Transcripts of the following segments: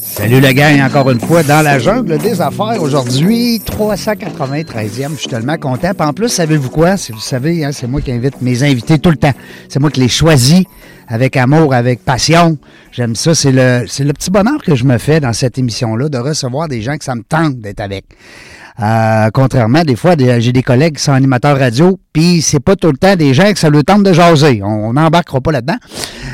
Salut le gang, encore une fois, dans la jungle des affaires. Aujourd'hui, 393e, je suis tellement content. Puis en plus, savez-vous quoi? Si vous savez, hein, c'est moi qui invite mes invités tout le temps. C'est moi qui les choisis avec amour, avec passion. J'aime ça. C'est le, c'est le petit bonheur que je me fais dans cette émission-là, de recevoir des gens que ça me tente d'être avec. Euh, contrairement, des fois, des- j'ai des collègues qui sont animateurs radio, puis c'est pas tout le temps des gens que ça le tente de jaser. On on n'embarquera pas là-dedans.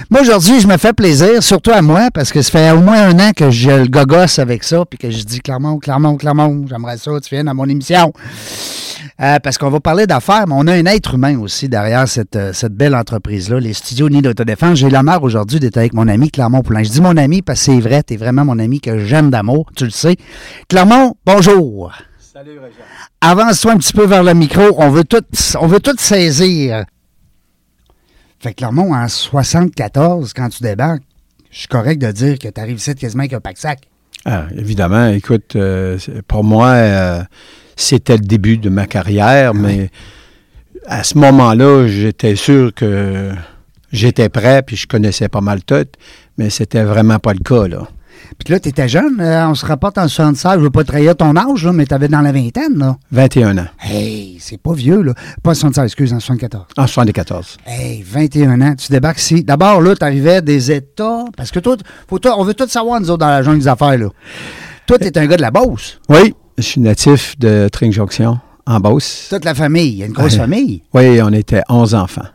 Moi, aujourd'hui, je me fais plaisir, surtout à moi, parce que ça fait au moins un an que je le gogosse avec ça, puis que je dis Clermont, Clermont, Clermont, j'aimerais ça, tu viennes à mon émission. Euh, parce qu'on va parler d'affaires, mais on a un être humain aussi derrière cette, euh, cette belle entreprise-là, les studios Nid d'autodéfense. J'ai l'honneur aujourd'hui d'être avec mon ami Clermont Poulin. Je dis mon ami parce que c'est vrai, t'es vraiment mon ami que j'aime d'amour, tu le sais. Clermont, bonjour. Salut Régent. Avance-toi un petit peu vers le micro, on veut tout, on veut tout saisir. Fait que Clermont, en 74, quand tu débarques, je suis correct de dire que tu arrives ici quasiment avec un pack-sac. Ah, évidemment, écoute, euh, c'est- pour moi, euh, c'était le début de ma carrière, mais à ce moment-là, j'étais sûr que j'étais prêt, puis je connaissais pas mal tout, mais c'était vraiment pas le cas, là. Puis là, tu étais jeune, euh, on se rapporte en 76, je veux pas trahir ton âge, là, mais tu avais dans la vingtaine, là. 21 ans, Hey, c'est pas vieux, là. Pas 76, excuse, en 74. en 74. Hey, 21 ans, tu débarques ici. D'abord, là, t'arrivais des États. Parce que toi, t- faut toi, on veut tout savoir, nous autres, dans la jungle des affaires, là. Toi, t'es un gars de la Beauce. Oui, je suis natif de Trinjonction, en Beauce. Toute la famille, il y a une grosse Ouais. famille. Oui, on était 11 enfants.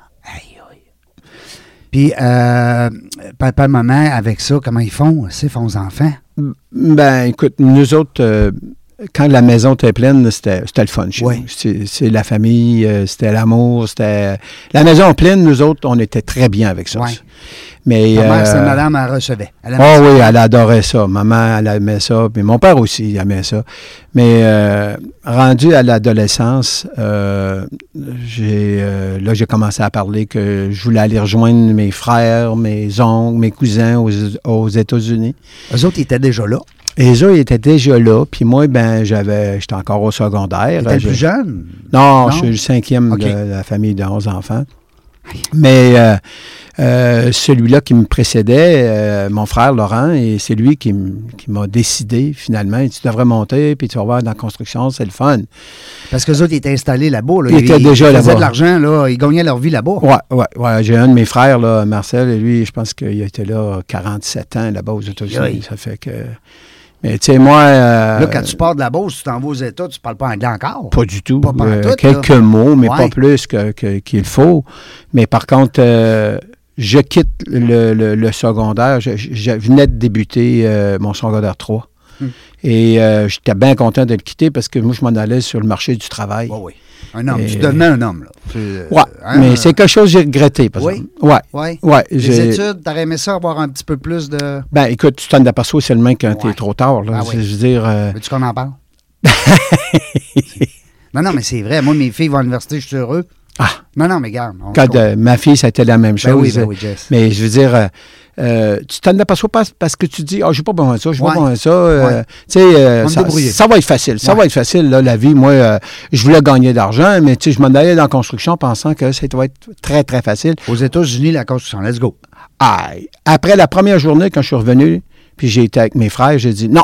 Puis, euh, papa, maman, avec ça, comment ils font, c'est font enfants? Ben, écoute, nous autres, euh, quand la maison était pleine, c'était c'était le fun chez Ouais. nous. C'est c'est la famille, euh, c'était l'amour, c'était... La maison pleine, nous autres, on était très bien avec ça. Ouais. Mais... Ta euh, mère, c'est madame, elle recevait. Elle aimait Oh ça. oui, elle adorait ça. Maman, elle aimait ça. Puis mon père aussi, il aimait ça. Mais euh, rendu à l'adolescence, euh, j'ai euh, là, j'ai commencé à parler que je voulais aller rejoindre mes frères, mes oncles, mes cousins aux, aux États-Unis. Eux autres, ils étaient déjà là. Et eux, ils étaient déjà là. Puis moi, ben, j'avais, j'étais encore au T'étais secondaire. le Ben, Je- plus jeune. Non, Non? je suis le cinquième OK. de la famille de 11 enfants. Mais euh, euh, celui-là qui me précédait, euh, mon frère Laurent, et c'est lui qui, m- qui m'a décidé finalement. Il dit, Tu devrais monter, puis tu vas voir dans la construction, c'est le fun. Parce que eux autres, ils étaient installés là-bas. Là. Ils étaient déjà Ils faisaient là-bas. de l'argent, là. Ils gagnaient leur vie là-bas. Ouais, ouais, ouais. J'ai un de mes frères, là, Marcel, et lui, je pense qu'il était là 47 ans là-bas aux Aïe. États-Unis. Ça fait que. Mais tu sais, moi. euh, Là, quand tu pars de la Beauce, tu t'en vas aux États, tu parles pas anglais encore. Pas du tout. Euh, Pas pantoute, là. quelques mots, mais Ouais. pas plus que- que- qu'il faut. Mais par contre, euh, je quitte le, le- le secondaire. Je, je- je venais de débuter euh, mon secondaire 3. Hmm. Et euh, j'étais bien content de le quitter parce que moi, je m'en allais sur le marché du travail. Oui, oui. Un homme. Et- Tu devenais un homme, là. Tu, euh, Ouais, hein, mais euh, c'est quelque chose que j'ai regretté, par Oui? exemple. Ouais, Ouais. ouais. j'ai- Les études, t'aurais aimé ça avoir un petit peu plus de. Ben, écoute, tu t'en aperçois seulement quand Ouais. t'es trop tard. là. Ah oui. Je veux dire, euh, Veux-tu qu'on en parle? non, non, mais c'est vrai. Moi, mes filles vont à l'université, je suis heureux. Ah. Non, non, mais garde. on- quand on- euh, ma fille, ça a été la même Ben chose. oui, ben oui, Jess. Mais je veux dire, euh, euh, tu t'en aperçois pas parce que tu dis, ah, je suis pas bon à ça, je suis Ouais. pas bon à ça. euh, Ouais. Tu sais, On va euh, me ça, débrouiller. ça va être facile. Ça Ouais. va être facile, là, la vie. Moi, euh, je voulais gagner de l'argent, mais tu sais, je m'en allais dans la construction pensant que ça doit être très, très facile. Aux États-Unis, la construction. Let's go. Aïe. Après la première journée, quand je suis revenu, puis j'ai été avec mes frères, j'ai dit, non,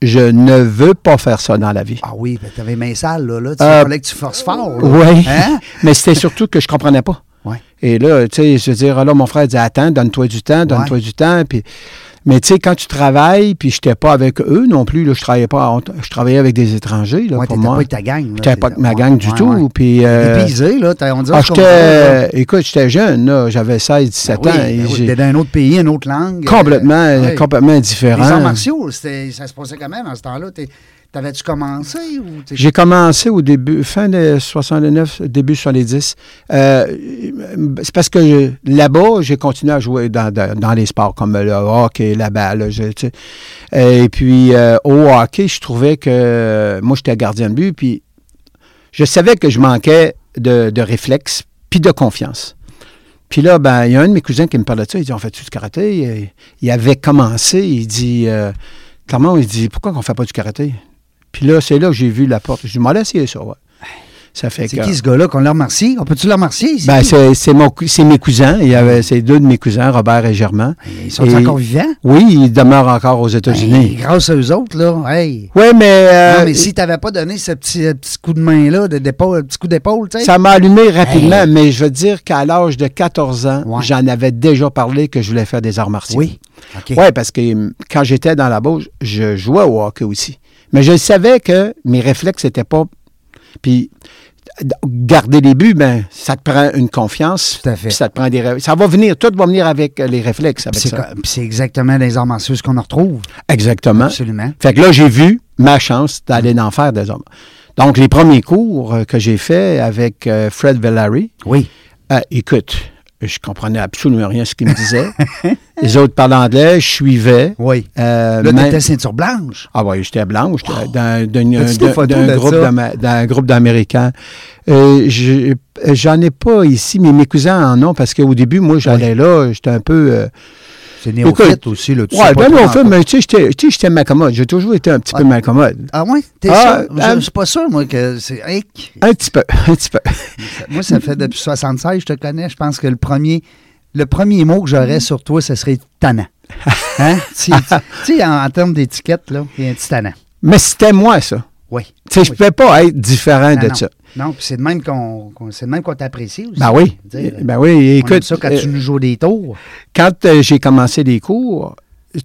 je ne veux pas faire ça dans la vie. Ah oui, ben, t'avais main sale, là. là. Tu Euh, fallait que tu forces fort, là. Oui. Hein? Mais c'était surtout que je comprenais pas. Ouais. Et là, tu sais, je veux dire, là, mon frère disait, attends, donne-toi du temps, donne-toi du temps. Puis, mais tu sais, quand tu travailles, puis je n'étais pas avec eux non plus, là, je travaillais pas, en- je travaillais avec des étrangers, là, Ouais, pour t'étais pas moi. avec ta gang. là. J'étais pas avec T'étais- ma ouais, gang du ouais, tout. ouais. Puis, euh, Dépaysé, là. t'as- On dirait ah, ce qu'on dirait, là. j'étais, écoute, j'étais jeune, là, j'avais 16, 17 Ben ans. oui, et ben oui, j'ai- t'es dans un autre pays, une autre langue. complètement, euh, ouais. complètement Les arts différent. martiaux, c'était- ça se passait quand même en ce temps-là. T'es- T'avais-tu commencé? ou t'es- J'ai commencé au début, fin de 69, début 70. Euh, c'est parce que je- là-bas, j'ai continué à jouer dans, dans- dans les sports comme le hockey, la balle. je- tu sais. Et puis, euh, au hockey, je trouvais que euh, moi, j'étais gardien de but, puis je savais que je manquais de, de réflexe puis de confiance. Puis là, ben, il y a un de mes cousins qui me parlait de ça. Il dit On fait-tu du karaté il, il avait commencé. Il dit euh, Clairement, il dit Pourquoi on fait pas du karaté Puis là, c'est là que j'ai vu la porte. Je dis Moi, là, c'est ça, ouais. Ça fait C'est que. qui ce gars-là qu'on leur remercie? On peut-tu le remercier? C'est Ben, qui? c'est c'est mon cou- c'est mes cousins. Il y avait c'est deux de mes cousins, Robert et Germain. Ils sont Et- encore vivants? Oui, ils demeurent encore aux Hey, États-Unis. grâce à eux autres, là. Hey! Oui, mais, euh, non, mais si t'avais pas donné ce petit, euh, petit coup de main-là, de, d'épaule- petit coup d'épaule, tu sais. ça m'a allumé rapidement, mais je veux dire qu'à l'âge de 14 ans, Ouais. j'en avais déjà parlé que je voulais faire des arts martiaux. Oui. OK. Oui, parce que hum, quand j'étais dans la Beauce, je jouais au hockey aussi. Mais je savais que mes réflexes n'étaient pas. Puis, d- garder les buts, ben, ça te prend une confiance. Tout à fait. puis Ça te prend des ré- Ça va venir, tout va venir avec euh, les réflexes. Puis Avec C'est, ça. co- puis c'est exactement les arts martiaux ce qu'on en retrouve. Hein? Exactement. Absolument. Fait que là, j'ai vu ma chance d'aller en faire des hommes. Donc, les premiers cours euh, que j'ai faits avec euh, Fred Villary, Oui. Ah, écoute, je comprenais absolument rien à ce qu'il me disait. les autres parlaient anglais, je suivais. Oui. Euh, Là, même- t'étais ceinture blanche. Ah oui, j'étais blanc, j'étais dans, d'un- As-tu des d'un- photos d'un de groupe ça? d'Ama- d'un groupe d'Américains. Euh, je- J'en ai pas ici, mais mes cousins en ont, parce qu'au début, moi, j'allais là, j'étais un peu... euh, C'est néophyte Écoute, aussi, là. Tu ouais, sais pas ben trop non, en en fait, quoi. mais tu sais, j'étais- tu sais, j'étais malcommode. J'ai toujours été un petit peu malcommode. Ah ouais? T'es Ah, sûr? Je- ah, je suis pas sûr, moi, que c'est... Hic! Un petit peu, un petit peu. Moi, ça fait depuis 76, je te connais. Je pense que le premier, le premier mot que j'aurais sur toi, ce serait tannant. Hein? tu tu- tu sais, en, en termes d'étiquette, là, il y a un petit tannant. Mais c'était moi, ça. Oui. Tu sais, je pouvais pas être différent Non, Ah, de Ben non. ça. Non, puis c'est de même qu'on qu'on- c'est de même qu'on t'apprécie aussi. Ben oui. Je veux dire, Ben oui, on aime écoute, ça quand euh, tu nous joues des tours. quand euh, j'ai commencé les cours,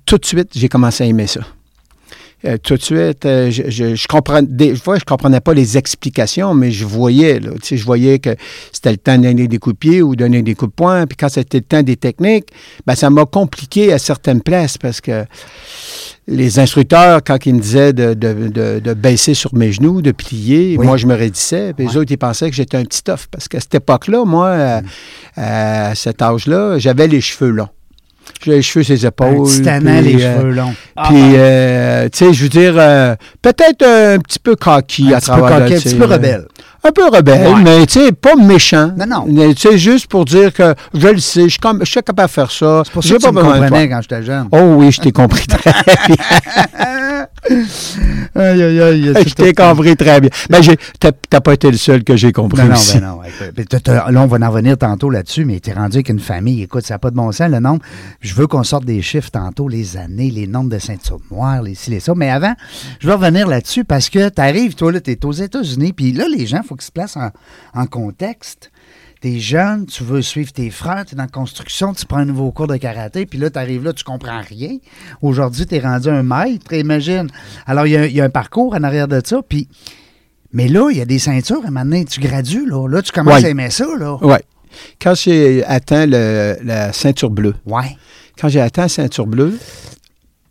tout de suite, j'ai commencé à aimer ça. Euh, tout de suite, euh, je, je, je comprends- des fois, je comprenais pas les explications, mais je voyais, là, tu sais, je voyais que c'était le temps de donner des coups de pied ou donner des coups de poing. Puis quand c'était le temps des techniques, ben, ça m'a compliqué à certaines places parce que les instructeurs, quand ils me disaient de, de- de- de baisser sur mes genoux, de plier, Oui. moi, je me raidissais. Puis les autres, ils pensaient que j'étais un petit tough parce qu'à cette époque-là, moi, euh, Mm. à cet âge-là, j'avais les cheveux longs. J'avais les cheveux, sur les épaules. Un petit tannant, puis, les euh, cheveux longs. Ah, puis, ben. euh, tu sais, je veux dire, euh, peut-être un petit peu cocky un euh, à petit peu travers... coquet, là, un tu petit sais, peu euh, rebelle. Un peu rebelle, Ouais. mais tu sais, pas méchant. Non, non. Mais, Tu sais, juste pour dire que je le sais, je suis comme- je suis capable de faire ça. C'est pour J'ai ça que tu me besoin de toi. comprenais quand j'étais jeune. Oh oui, je t'ai compris très bien. Aïe, aïe, aïe. c'est je t'ai tout- compris très bien. Ben, j'ai- t'as t'as pas été le seul que j'ai compris Non, non, aussi. ben non. écoute, ben t'as- t'as- là, on va en venir tantôt là-dessus, mais t'es rendu avec une famille. Écoute, ça n'a pas de bon sens, le nombre. Je veux qu'on sorte des chiffres tantôt, les années, les nombres de ceintures noires, les ci, les ça. Mais avant, je veux revenir là-dessus parce que t'arrives, toi, là, t'es aux États-Unis, puis là, les gens, il faut qu'ils se placent en, en contexte. T'es jeune, tu veux suivre tes frères, t'es dans la construction, tu prends un nouveau cours de karaté, puis là, t'arrives là, tu comprends rien. Aujourd'hui, t'es rendu un maître, imagine. Alors, il y a un- il y a un parcours en arrière de ça, puis... Mais là, il y a des ceintures à un moment donné, tu gradues, là. Là, tu commences Ouais. à aimer ça, là. Ouais. Quand j'ai atteint le- la ceinture bleue, Ouais. quand j'ai atteint la ceinture bleue,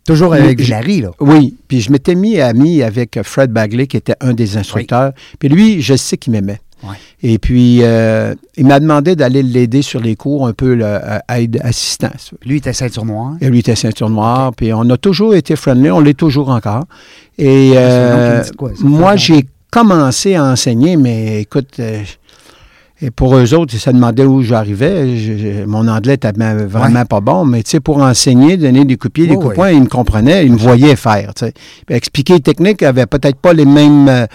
Toujours avec Mais je- Larry, là. Oui, puis je m'étais mis ami avec Fred Bagley, qui était un des instructeurs. Puis lui, je sais qu'il m'aimait. Ouais. Et puis, euh, il m'a demandé d'aller l'aider sur les cours, un peu là, à- aide assistance. Puis Lui, il était ceinture noire. Et lui était ceinture noire, puis on a toujours été friendly, on l'est toujours encore. Et un nom qui me euh, dit quoi, ça? moi, Friendly. j'ai commencé à enseigner, mais écoute, euh, et pour eux autres, ils se demandaient où j'arrivais. Je- je- Mon anglais était ma- vraiment pas bon, mais tu sais, pour enseigner, donner des coups de pied, Oui, des coups oui. de poing, ils me comprenaient, ils me voyaient faire. tu sais. Puis Expliquer les techniques avait peut-être pas les mêmes, euh,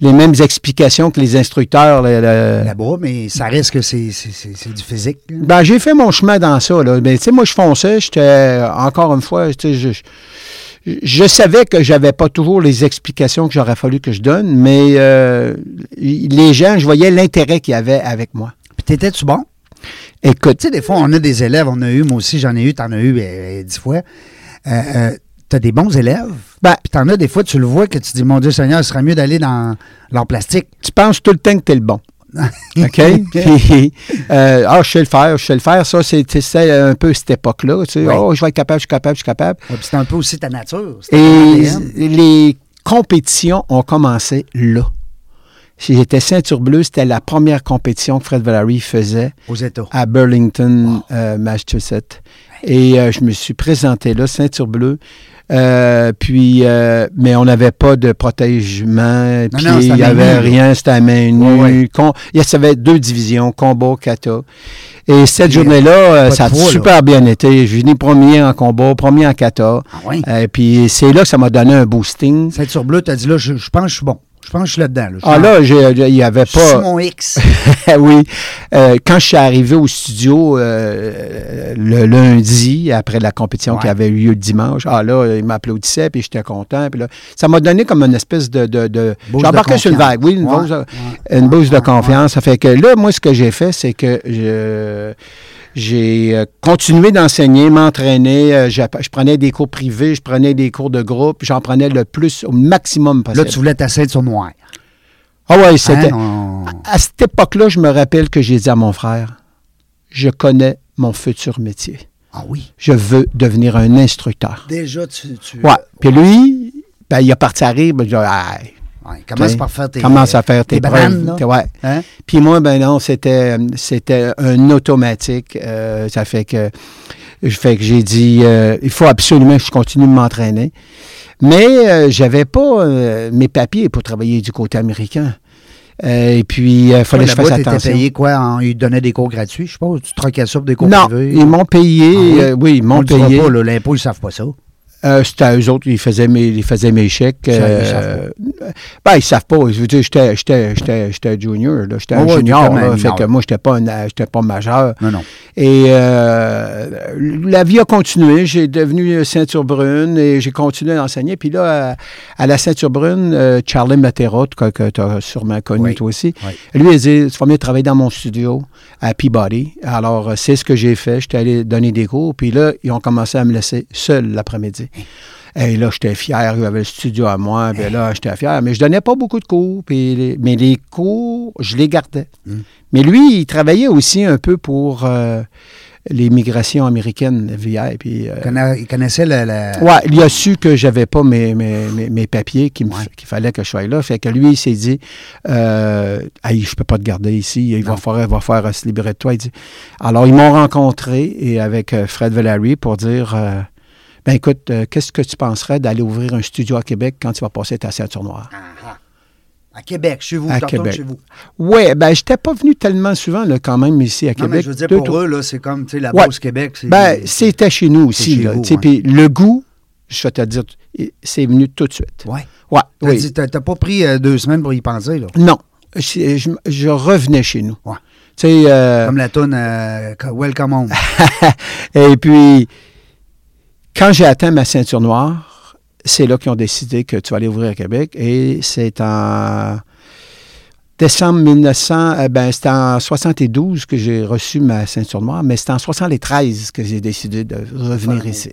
les mêmes explications que les instructeurs. le- le- Là-bas, mais ça reste que c'est, c'est, c'est- c'est du physique. là. ben, j'ai fait mon chemin dans ça. Là. Mais, tu sais, moi, je fonçais. J'étais, euh, encore une fois, tu sais, je, je- je savais que j'avais pas toujours les explications que j'aurais fallu que je donne, mais euh, y- les gens, je voyais l'intérêt qu'il y avait avec moi. Puis t'étais-tu bon? Écoute, Tu sais, des fois, on a des élèves, on a eu, moi aussi, j'en ai eu, t'en as eu euh, euh, dix fois. Euh, euh, t'as des bons élèves. ben, Puis t'en as des fois, tu le vois, que tu dis, mon Dieu Seigneur, ce serait mieux d'aller dans l'art plastique. tu penses tout le temps que tu es le bon. OK? Puis, euh, ah, je sais le faire, je sais le faire. Ça, c'est- c'était un peu cette époque-là. Tu sais, Oui. oh, je vais être capable, je suis capable, je suis capable. Ouais, puis c'est un peu aussi ta nature. c'est Et ton ADN. les compétitions ont commencé là. Si j'étais ceinture bleue, c'était la première compétition que Fred Valery faisait Aux États. à Burlington, euh, Massachusetts. Et euh, je me suis présenté là, ceinture bleue. Euh, puis, euh, mais on n'avait pas de protègement, puis non, c'était à il n'y main avait nue, rien, c'était à main nue. Ouais, ouais. Con- il y avait deux divisions, combat, kata. Et cette Puis, journée-là, euh, de ça a poids, super bien été. Je finis premier en combat, premier en kata. Ah oui. Euh, puis c'est là que ça m'a donné un boosting. Ceinture bleue, t'as dit là, je, je pense que je suis bon. Je pense que je suis là-dedans. là. Je Ah pense- là, j'ai- il n'y avait je suis pas... mon X. Ah oui. Euh, quand je suis arrivé au studio euh, le lundi, après la compétition Ouais. qui avait eu lieu le dimanche, ah là, ils m'applaudissaient, puis j'étais content. Puis là, ça m'a donné comme une espèce de. de, de- Boost J'embarquais de sur une confiance. vague, oui, une Ouais, boost, ouais, une boost ouais, de confiance. Ça fait que là, moi, ce que j'ai fait, c'est que je- J'ai euh, continué d'enseigner, m'entraîner. euh, j'app- Je, prenais des cours privés, je prenais des cours de groupe. J'en prenais le plus, au maximum Là, possible. tu voulais ta ceinture noire. Ah ouais, c'était. Hein, on- À cette époque-là, je me rappelle que j'ai dit à mon frère, je connais mon futur métier. Ah oui. Je veux devenir un instructeur. Déjà, tu. tu- Ouais. Puis lui, ben, il a parti à rire, ben, il a dit, Hey, Ouais, commence t'sais, par faire tes. commence à faire tes, tes preuves. brandes, là. T'es- ouais. Hein? Puis moi, ben non, c'était, c'était un automatique. euh, ça fait que, je- fait que j'ai dit, euh, il faut absolument que je continue de m'entraîner. Mais euh, j'avais pas euh, mes papiers pour travailler du côté américain. Euh, et puis, il fallait que je Là-bas, fasse t'étais attention. payé quoi? En, ils te donnaient des cours gratuits, je sais pas, ou tu troquais ça pour des cours Non, privés? ils m'ont payé. Ah oui? euh, oui, ils On m'ont le dira payé. pas, là, l'impôt, ils savent pas ça. Euh, c'était à eux autres, ils faisaient mes, ils faisaient mes chèques. Ça, ils euh, savent ben, ils savent pas. Je veux dire, j'étais, j'étais, j'étais, j'étais junior, là, j'étais Ouais, un ouais, t'es junior. comme un là, fait mineur. que moi, j'étais pas, un- j'étais pas majeur. Non, non. Et euh, la vie a continué. J'ai devenu ceinture brune et j'ai continué d'enseigner. Puis là, à, à la ceinture brune, euh, Charlie Matera, que, tu as sûrement connu Oui, toi aussi, oui. lui, il dit Tu vas mieux travailler dans mon studio à Peabody. Alors, euh, c'est ce que j'ai fait. J'étais allé donner des cours. Puis là, ils ont commencé à me laisser seul l'après-midi. Et là, j'étais fier. Il y avait le studio à moi. Puis là, j'étais fier. Mais je donnais pas beaucoup de cours. Puis les- mais les cours, je les gardais. Mais lui, il travaillait aussi un peu pour euh, les migrations américaines, VI. Puis, euh, Conna- Ils connaissaient le. le- ouais, il a su que j'avais pas mes, mes, mes, mes papiers, qu'il me- Ouais. qu'il fallait que je sois là. Fait que lui, il s'est dit, euh, Hey, je peux pas te garder ici, il va falloir, il va falloir euh, se libérer de toi. Il dit- Alors, ils m'ont rencontré et avec euh, Fred Valery pour dire, euh, ben écoute, euh, qu'est-ce que tu penserais d'aller ouvrir un studio à Québec quand tu vas passer ta ceinture noire? Ah, À Québec, chez vous, À je retourne Québec. chez vous. Oui, ben j'étais pas venu tellement souvent là, quand même ici à Non, Québec. mais je veux dire, Deux, pour trois- eux, là, c'est comme, tu sais, la Ouais. Beauce Québec, c'est. Ben, c'était chez nous aussi. chez là, vous, tu sais, ouais. Puis le goût, je vais te dire, c'est venu tout de suite. Ouais. Ouais, T'as oui. dit- T'as t'as pas pris euh, deux semaines pour y penser, là. Non, je, je- je revenais chez nous. Ouais. Tu sais, euh, Comme la toune euh, Welcome Home. et puis, quand j'ai atteint ma ceinture noire, c'est là qu'ils ont décidé que tu allais ouvrir à Québec. Et c'est en décembre 1900, euh, ben, c'est en 72 que j'ai reçu ma ceinture noire, mais c'est en 73 que j'ai décidé de revenir ici.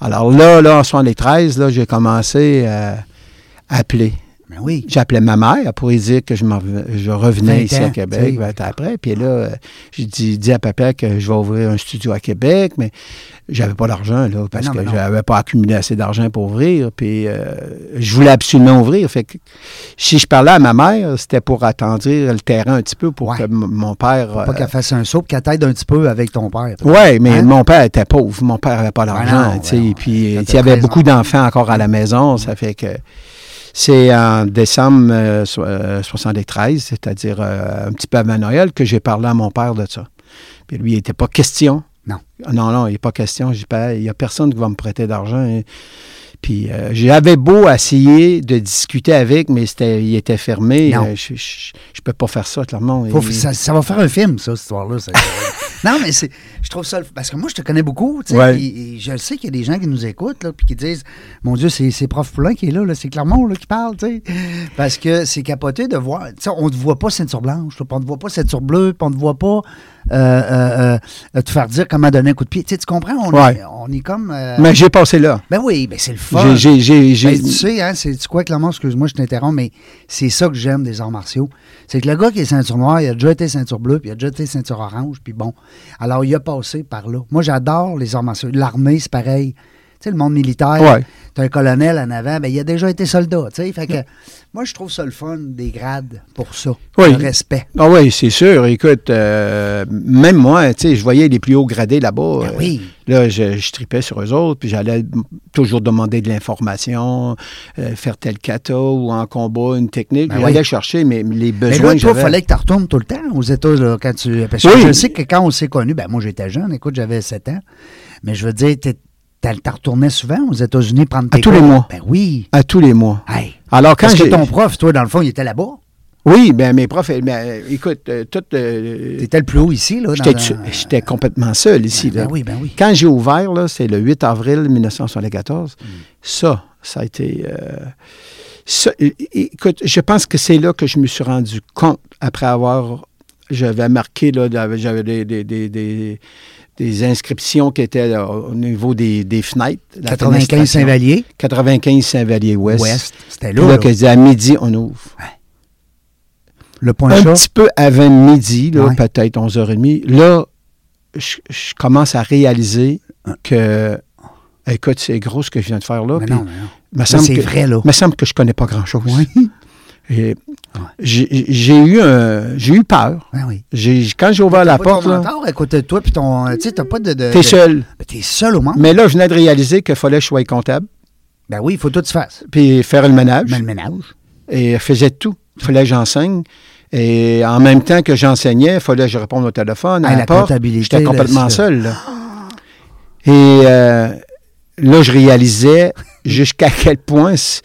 Alors là, là, en 73, là, j'ai commencé euh, à appeler. Mais oui. J'appelais ma mère pour lui dire que je, m'en revenais- je revenais 20 ici ans, à Québec t'sais. 20 ans après. Puis là, euh, j'ai dit, dit à papa que je vais ouvrir un studio à Québec, mais j'avais pas d'argent, là, parce non, mais que non. j'avais pas accumulé assez d'argent pour ouvrir. Puis euh, je voulais absolument ouvrir. Fait que si je parlais à ma mère, c'était pour attendrir le terrain un petit peu pour Ouais. que m- mon père. Pas qu'elle fasse un saut, puis qu'elle t'aide un petit peu avec ton père. Oui, mais Hein? mon père était pauvre. Mon père n'avait pas non, d'argent. ben tu sais, non. puis Quand euh, t'as il y avait 13 ans. beaucoup d'enfants encore à la maison. Ça fait que c'est en décembre euh, so- euh, 73, c'est-à-dire euh, un petit peu avant Noël, que j'ai parlé à mon père de ça. Puis lui, il n'était pas question. Ah Non. Non, non, il n'est pas question. J'ai pas- il n'y a personne qui va me prêter d'argent. Et- Puis euh, j'avais beau essayer de discuter avec, mais c'était, il était fermé. Non. Euh, je ne peux pas faire ça, clairement. Faut- Il- ça, ça va faire un film, ça, cette histoire-là. ça. non, mais c'est, je trouve ça. le- Parce que moi, je te connais beaucoup. tu sais, Ouais. puis- et je sais qu'il y a des gens qui nous écoutent là, puis qui disent Mon Dieu, c'est, c'est Prof Poulain qui est là, là, c'est Clermont là, qui parle. tu sais. Parce que c'est capoté de voir. tu sais, On ne te voit pas ceinture blanche, là, puis on ne te voit pas ceinture bleue, puis on ne te voit pas euh, euh, euh, te faire dire comment donner un coup de pied. Tu sais, tu comprends On, Ouais. est, on est comme. euh, Mais j'ai passé là. Ben oui, ben c'est le fun. J'ai, j'ai- j'ai- j'ai- Ben, tu sais, hein, c'est quoi, Clément, excuse-moi, je t'interromps, mais c'est ça que j'aime des arts martiaux. C'est que le gars qui est ceinture noire, il a déjà été ceinture bleue, puis il a déjà été ceinture orange, puis bon. Alors, il a passé par là. Moi, j'adore les arts martiaux. L'armée, c'est pareil. sais, le monde militaire, Ouais. t'as un colonel en avant, ben, il a déjà été soldat. tu sais. Fait que, moi, je trouve ça le fun des grades pour ça. Oui. Le respect. Ah oui, c'est sûr. Écoute, euh, même moi, tu sais, je voyais les plus hauts gradés là-bas. Ben oui. Euh, Là, je, je tripais sur eux autres, puis j'allais m- toujours demander de l'information, euh, faire tel kata ou en combat, une technique. Ben j'allais oui. chercher mes, Mais les besoins là, que toi, j'avais. il fallait que tu retournes tout le temps aux États, là, quand tu. Parce que Oui. je sais que quand on s'est connus, ben moi j'étais jeune, écoute, j'avais 7 ans. Mais je veux dire, tu retournais souvent aux États-Unis prendre tes Ah, tous les cours. mois. Ben oui. À tous les mois. Hey. Alors, quand Parce que j'ai... ton prof, toi, dans le fond, il était là-bas. Oui, ben mes profs, ben, euh, écoute, euh, tout... euh, Tu étais le plus haut ici, là. dans J'étais la- tu- j'étais complètement seul ici. Ben là. oui, ben oui. Quand j'ai ouvert, là, c'est le 8 avril 1974. Mm. Ça, ça a été. euh, ça- é- é- écoute, je pense que c'est là que je me suis rendu compte après avoir. J'avais marqué, là, d'av- j'avais des, des- des- des- des inscriptions qui étaient là, au niveau des, des fenêtres. la 95 fenestration. Saint-Valier, 95 Saint-Valier-Ouest. Ouest. C'était Puis là. là, là. que je disais, à midi, on ouvre. Le point Un chat. petit peu avant midi, là, Ouais. peut-être 11h30, là, je, je commence à réaliser que, écoute, c'est gros ce que je viens de faire là. Ah. Mais puis non, mais non. me Mais semble c'est que- vrai, là. me semble que je connais pas grand-chose. Oui. Et J'ai j'ai eu, un- j'ai eu peur. Ben oui. J'ai- Quand j'ai ouvert la Pas porte, ton là, mentor à côté de toi, puis ton. Tu sais, t'as pas de. de- t'es de- seul. Ben, t'es seul au monde. Mais là, je venais de réaliser qu'il fallait que je sois comptable, Ben oui, il faut tout se faire. puis faire le ménage. Mais le ménage. et je faisais tout. Il fallait que j'enseigne. Et en même temps que j'enseignais, il fallait que je réponde au téléphone. Ah, À la la porte, comptabilité, J'étais là, complètement c'est- seul. là. Et euh, là, je réalisais jusqu'à quel point c-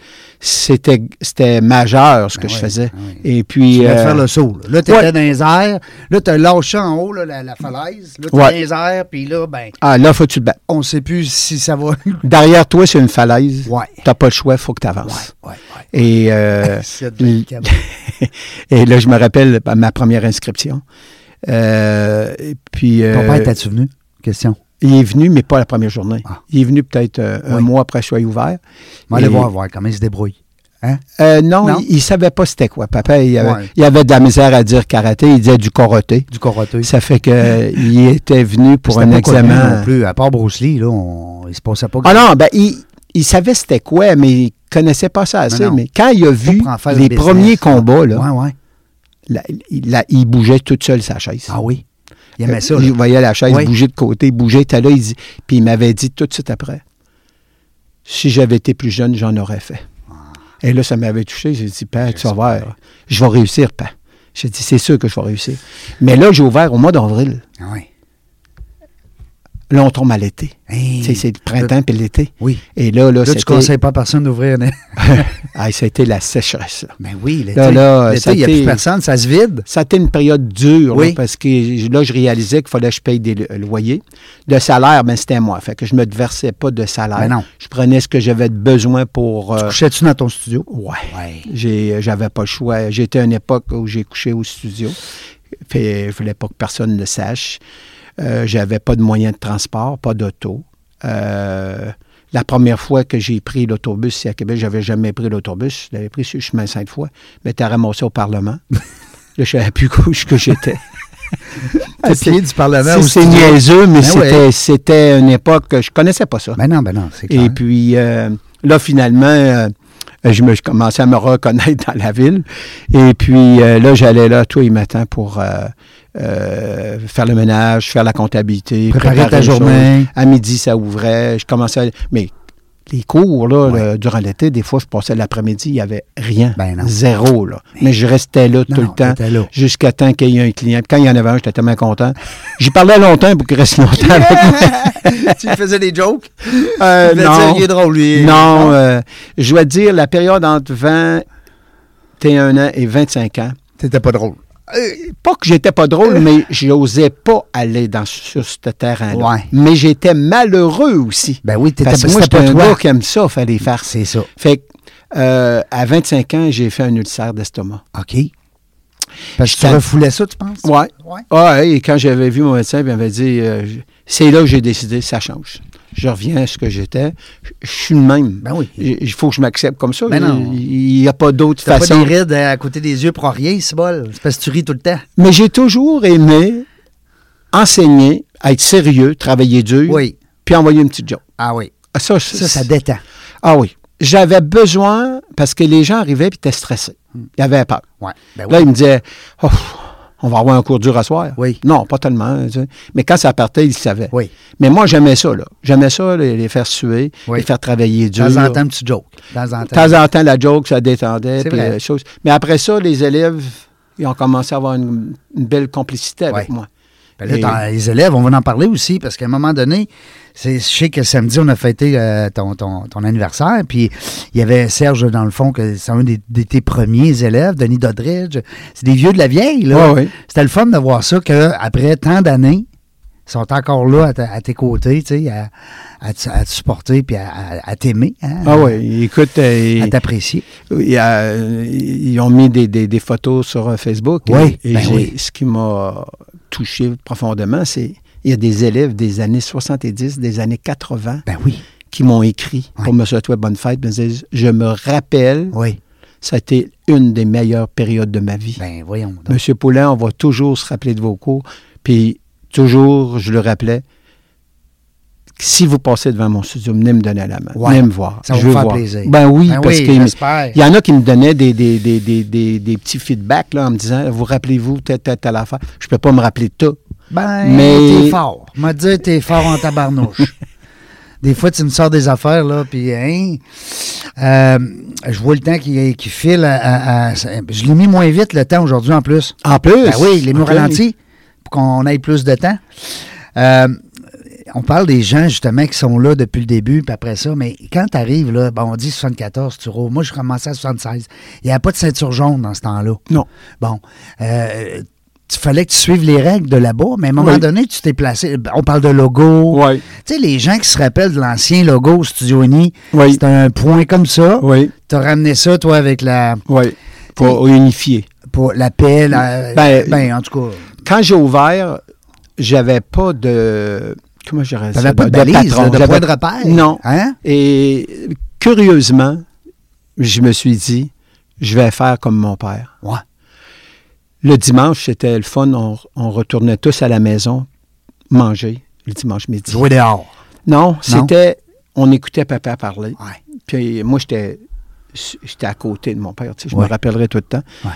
c'était c'était majeur ce que Ben je oui, faisais. ben oui. Et puis. Tu vas te euh, faire le saut. Là, Là, t'étais ouais. dans les airs. Là, t'as lâché en haut là, la, la falaise. Là, t'es Ouais. dans les airs. Puis là, ben, ah, là, faut que tu te battes. on sait plus si ça va. ouais, Derrière toi, c'est une falaise. Ouais. T'as pas le choix, faut que tu avances. ouais. Et, euh, C'est de la cam- et là, je me rappelle bah, ma première inscription. Euh, et puis, Ton euh, père, t'as-tu venu? Question. Il est venu, mais pas la première journée. Ah. Il est venu peut-être euh, un Oui. mois après que je sois ouvert. On va aller Et- voir, voir comment il se débrouille. Hein? Euh, non, Non? il ne savait pas c'était quoi. Papa, il avait, Ouais. il avait de la misère à dire karaté, il disait du koroté. Du coroté. Ça fait qu'il était venu pour C'était un pas connu non examen. plus. À part Bruce Lee, là, on- il se passait pas Ah non, ben, il, il savait c'était quoi, mais il connaissait pas ça assez. Non, non. Mais quand il a vu pour en faire les le business, premiers là. combats, là, Ouais, ouais. la- il, la- il bougeait tout seul sa chaise. Ah oui. Il aimait ça. Euh, Il là. voyait la chaise Oui. bouger de côté, bouger, était là, il dit- puis il m'avait dit tout de suite après, si j'avais été plus jeune, j'en aurais fait. Et là, ça m'avait touché, j'ai dit, Père, tu vas voir, je vais réussir, Père. J'ai dit, c'est sûr que je vais réussir. Mais là, j'ai ouvert au mois d'avril. Ah ouais. Là, on tombe à l'été. Hey. Tu sais, C'est le printemps puis l'été. Oui. Et là, Là, là, tu c'était... conseilles pas à personne d'ouvrir. une- ah, ça a été la sécheresse. là. Ben oui, l'été. Là, là, L'été, ça il n'y a plus t'est- personne, ça se vide. Ça a été une période dure, là, Oui. parce que j- là, je réalisais qu'il fallait que je paye des lo- loyers. Le salaire, mais c'était moi. Fait que je ne me versais pas de salaire. Ben non. Je prenais ce que j'avais de besoin pour. euh, Couchais-tu dans ton studio? ouais. Ouais. J'ai- J'avais pas le choix. J'étais à une époque où j'ai couché au studio. Fait, il fallait pas que personne le sache. Euh, j'avais pas de moyens de transport, pas d'auto. Euh, la première fois que j'ai pris l'autobus ici à Québec, j'avais jamais pris l'autobus. Je l'avais pris sur le chemin cinq fois. Mais t'as ramassé au Parlement. Là, je savais plus couche que j'étais. À pied du Parlement C'est- au C'est studio. niaiseux, mais Ben c'était, ouais. c'était une époque que je connaissais pas ça. Ben non, ben non, c'est clair. Et puis, euh, là, finalement, euh, je, me, je commençais à me reconnaître dans la ville. Et puis, euh, là, j'allais là tous les matins pour euh, euh, faire le ménage, faire la comptabilité. Préparer ta les choses. journée. À midi, ça ouvrait. Je commençais à- Mais les cours, là, Ouais. le- durant l'été, des fois, je passais l'après-midi, il n'y avait rien. Ben non. Zéro, là. Mais je restais là Non, non, tout le temps t'étais là. jusqu'à temps qu'il y ait un client. Puis quand il y en avait un, j'étais tellement content. J'y parlais longtemps pour qu'il reste longtemps avec moi. tu faisais des jokes? Euh, Tu voulais non. dire, il est drôle, lui. Non, euh, je dois te dire, la période entre 21 ans et 25 ans, T'étais pas drôle. Euh, pas que j'étais pas drôle, mais j'osais pas aller dans, sur ce terrain-là. Ouais. Mais j'étais malheureux aussi. Ben oui, t'étais Parce que moi, c'était j'étais pas un hein. toi. gars qui aime ça, faire des farces. C'est ça. Fait que, euh, à 25 ans, j'ai fait un ulcère d'estomac. OK. Parce que tu J'étais- refoulais ça, tu penses? Ouais. Ouais. Ah, ouais, et quand j'avais vu mon médecin, puis il m'avait dit, euh, je- c'est là que j'ai décidé, ça change. Je reviens à ce que j'étais. Je- Je suis le même. Ben oui. Il il faut que je m'accepte comme ça. Ben non. Il n'y a pas d'autre T'as pas façon. des rides hein, à côté des yeux pour rien, c'est bol. C'est parce que tu ris tout le temps. Mais j'ai toujours aimé enseigner, être sérieux, travailler dur, Oui. puis envoyer une petite joke. Ah oui. Ah, Ça, Ça, ça détend. Ah oui. J'avais besoin, parce que les gens arrivaient et étaient stressés. Ils avaient peur. Ouais. Ben Là, oui. ils me disaient, Oh, on va avoir un cours dur à soir. Oui. Non, pas tellement. hein, tu sais. Mais quand ça partait, ils le savaient. Oui. Mais moi, j'aimais ça. là. J'aimais ça, les, les faire suer, Oui. les faire travailler De dur. temps en temps, un petit joke. De temps en De temps. temps en temps, la joke, ça détendait. C'est puis, vrai. euh, chose. Mais après ça, les élèves, ils ont commencé à avoir une, une belle complicité avec Ouais. moi. Ben là, Et- t'en- les élèves, on va en parler aussi, parce qu'à un moment donné, c'est, je sais que samedi, on a fêté euh, ton, ton- ton anniversaire, puis il y avait Serge, dans le fond, que c'est un des, des- tes premiers élèves, Denis Doddridge. C'est des vieux de la vieille, là. Ah Ouais, ouais. C'était le fun de voir ça, qu'après tant d'années, ils sont encore là à, ta- à tes côtés, tu sais, à, à te- à te supporter, puis à, à- à t'aimer, hein, Ah oui, écoute, euh, à t'apprécier. Il y a- euh, ils ont mis des, des- des photos sur euh, Facebook. et- Oui, et, ben j'ai- oui. ce qui m'a touché profondément, c'est il y a des élèves des années 70, des années 80 Ben oui, qui m'ont écrit Ouais. pour me souhaiter bonne fête. me disaient, je me rappelle, oui. ça a été une des meilleures périodes de ma vie. Ben voyons donc. Monsieur Poulain, on va toujours se rappeler de vos cours. Puis toujours, je le rappelais, si vous passez devant mon studio, venez me donner la main. Ouais. Venez me voir. Ça va je vous veux faire voir. plaisir. Ben oui, Ben parce oui, qu'il- j'espère. il y en a qui me donnaient des, des, des, des, des, des petits feedbacks là, en me disant Vous rappelez-vous telle, telle, telle affaire Je peux pas me rappeler de tout. Ben, Mais- t'es fort. M'a dit, t'es fort en tabarnouche. des fois, tu me sors des affaires, là, puis, hein, euh, je vois le temps qui, qui file. à- à- à- je l'ai mis moins vite, le temps, aujourd'hui, en plus. En plus. Ben oui, les mots ok. ralentis, pour qu'on aille plus de temps. Euh, on parle des gens, justement, qui sont là depuis le début, puis après ça, mais quand t'arrives, là, ben, on dit 74, tu roules. Moi, je commençais à 76. Il n'y avait pas de ceinture jaune dans ce temps-là. Non. Bon. Euh, tu fallait que tu suives les règles de là-bas, mais à un moment Oui. donné, tu t'es placé. ben, On parle de logo. Oui. Tu sais, les gens qui se rappellent de l'ancien logo Studio Uni, Oui. c'était un point comme ça. Oui. Tu as ramené ça, toi, avec la, Oui. Pour unifier. pour la paix. la- ben, Ben, en tout cas, Quand j'ai ouvert, j'avais pas de. Comment j'aurais tu pas de balise, là, de J'avais- point de repère. Non. Hein? Et curieusement, je me suis dit, je vais faire comme mon père. Ouais. Le dimanche, c'était le fun. On, on retournait tous à la maison manger le dimanche midi. Jouer dehors. Non, c'était. On écoutait papa parler. Ouais. Puis moi, j'étais j'étais à côté de mon père. tu sais, je Ouais. me rappellerai tout le temps. Ouais.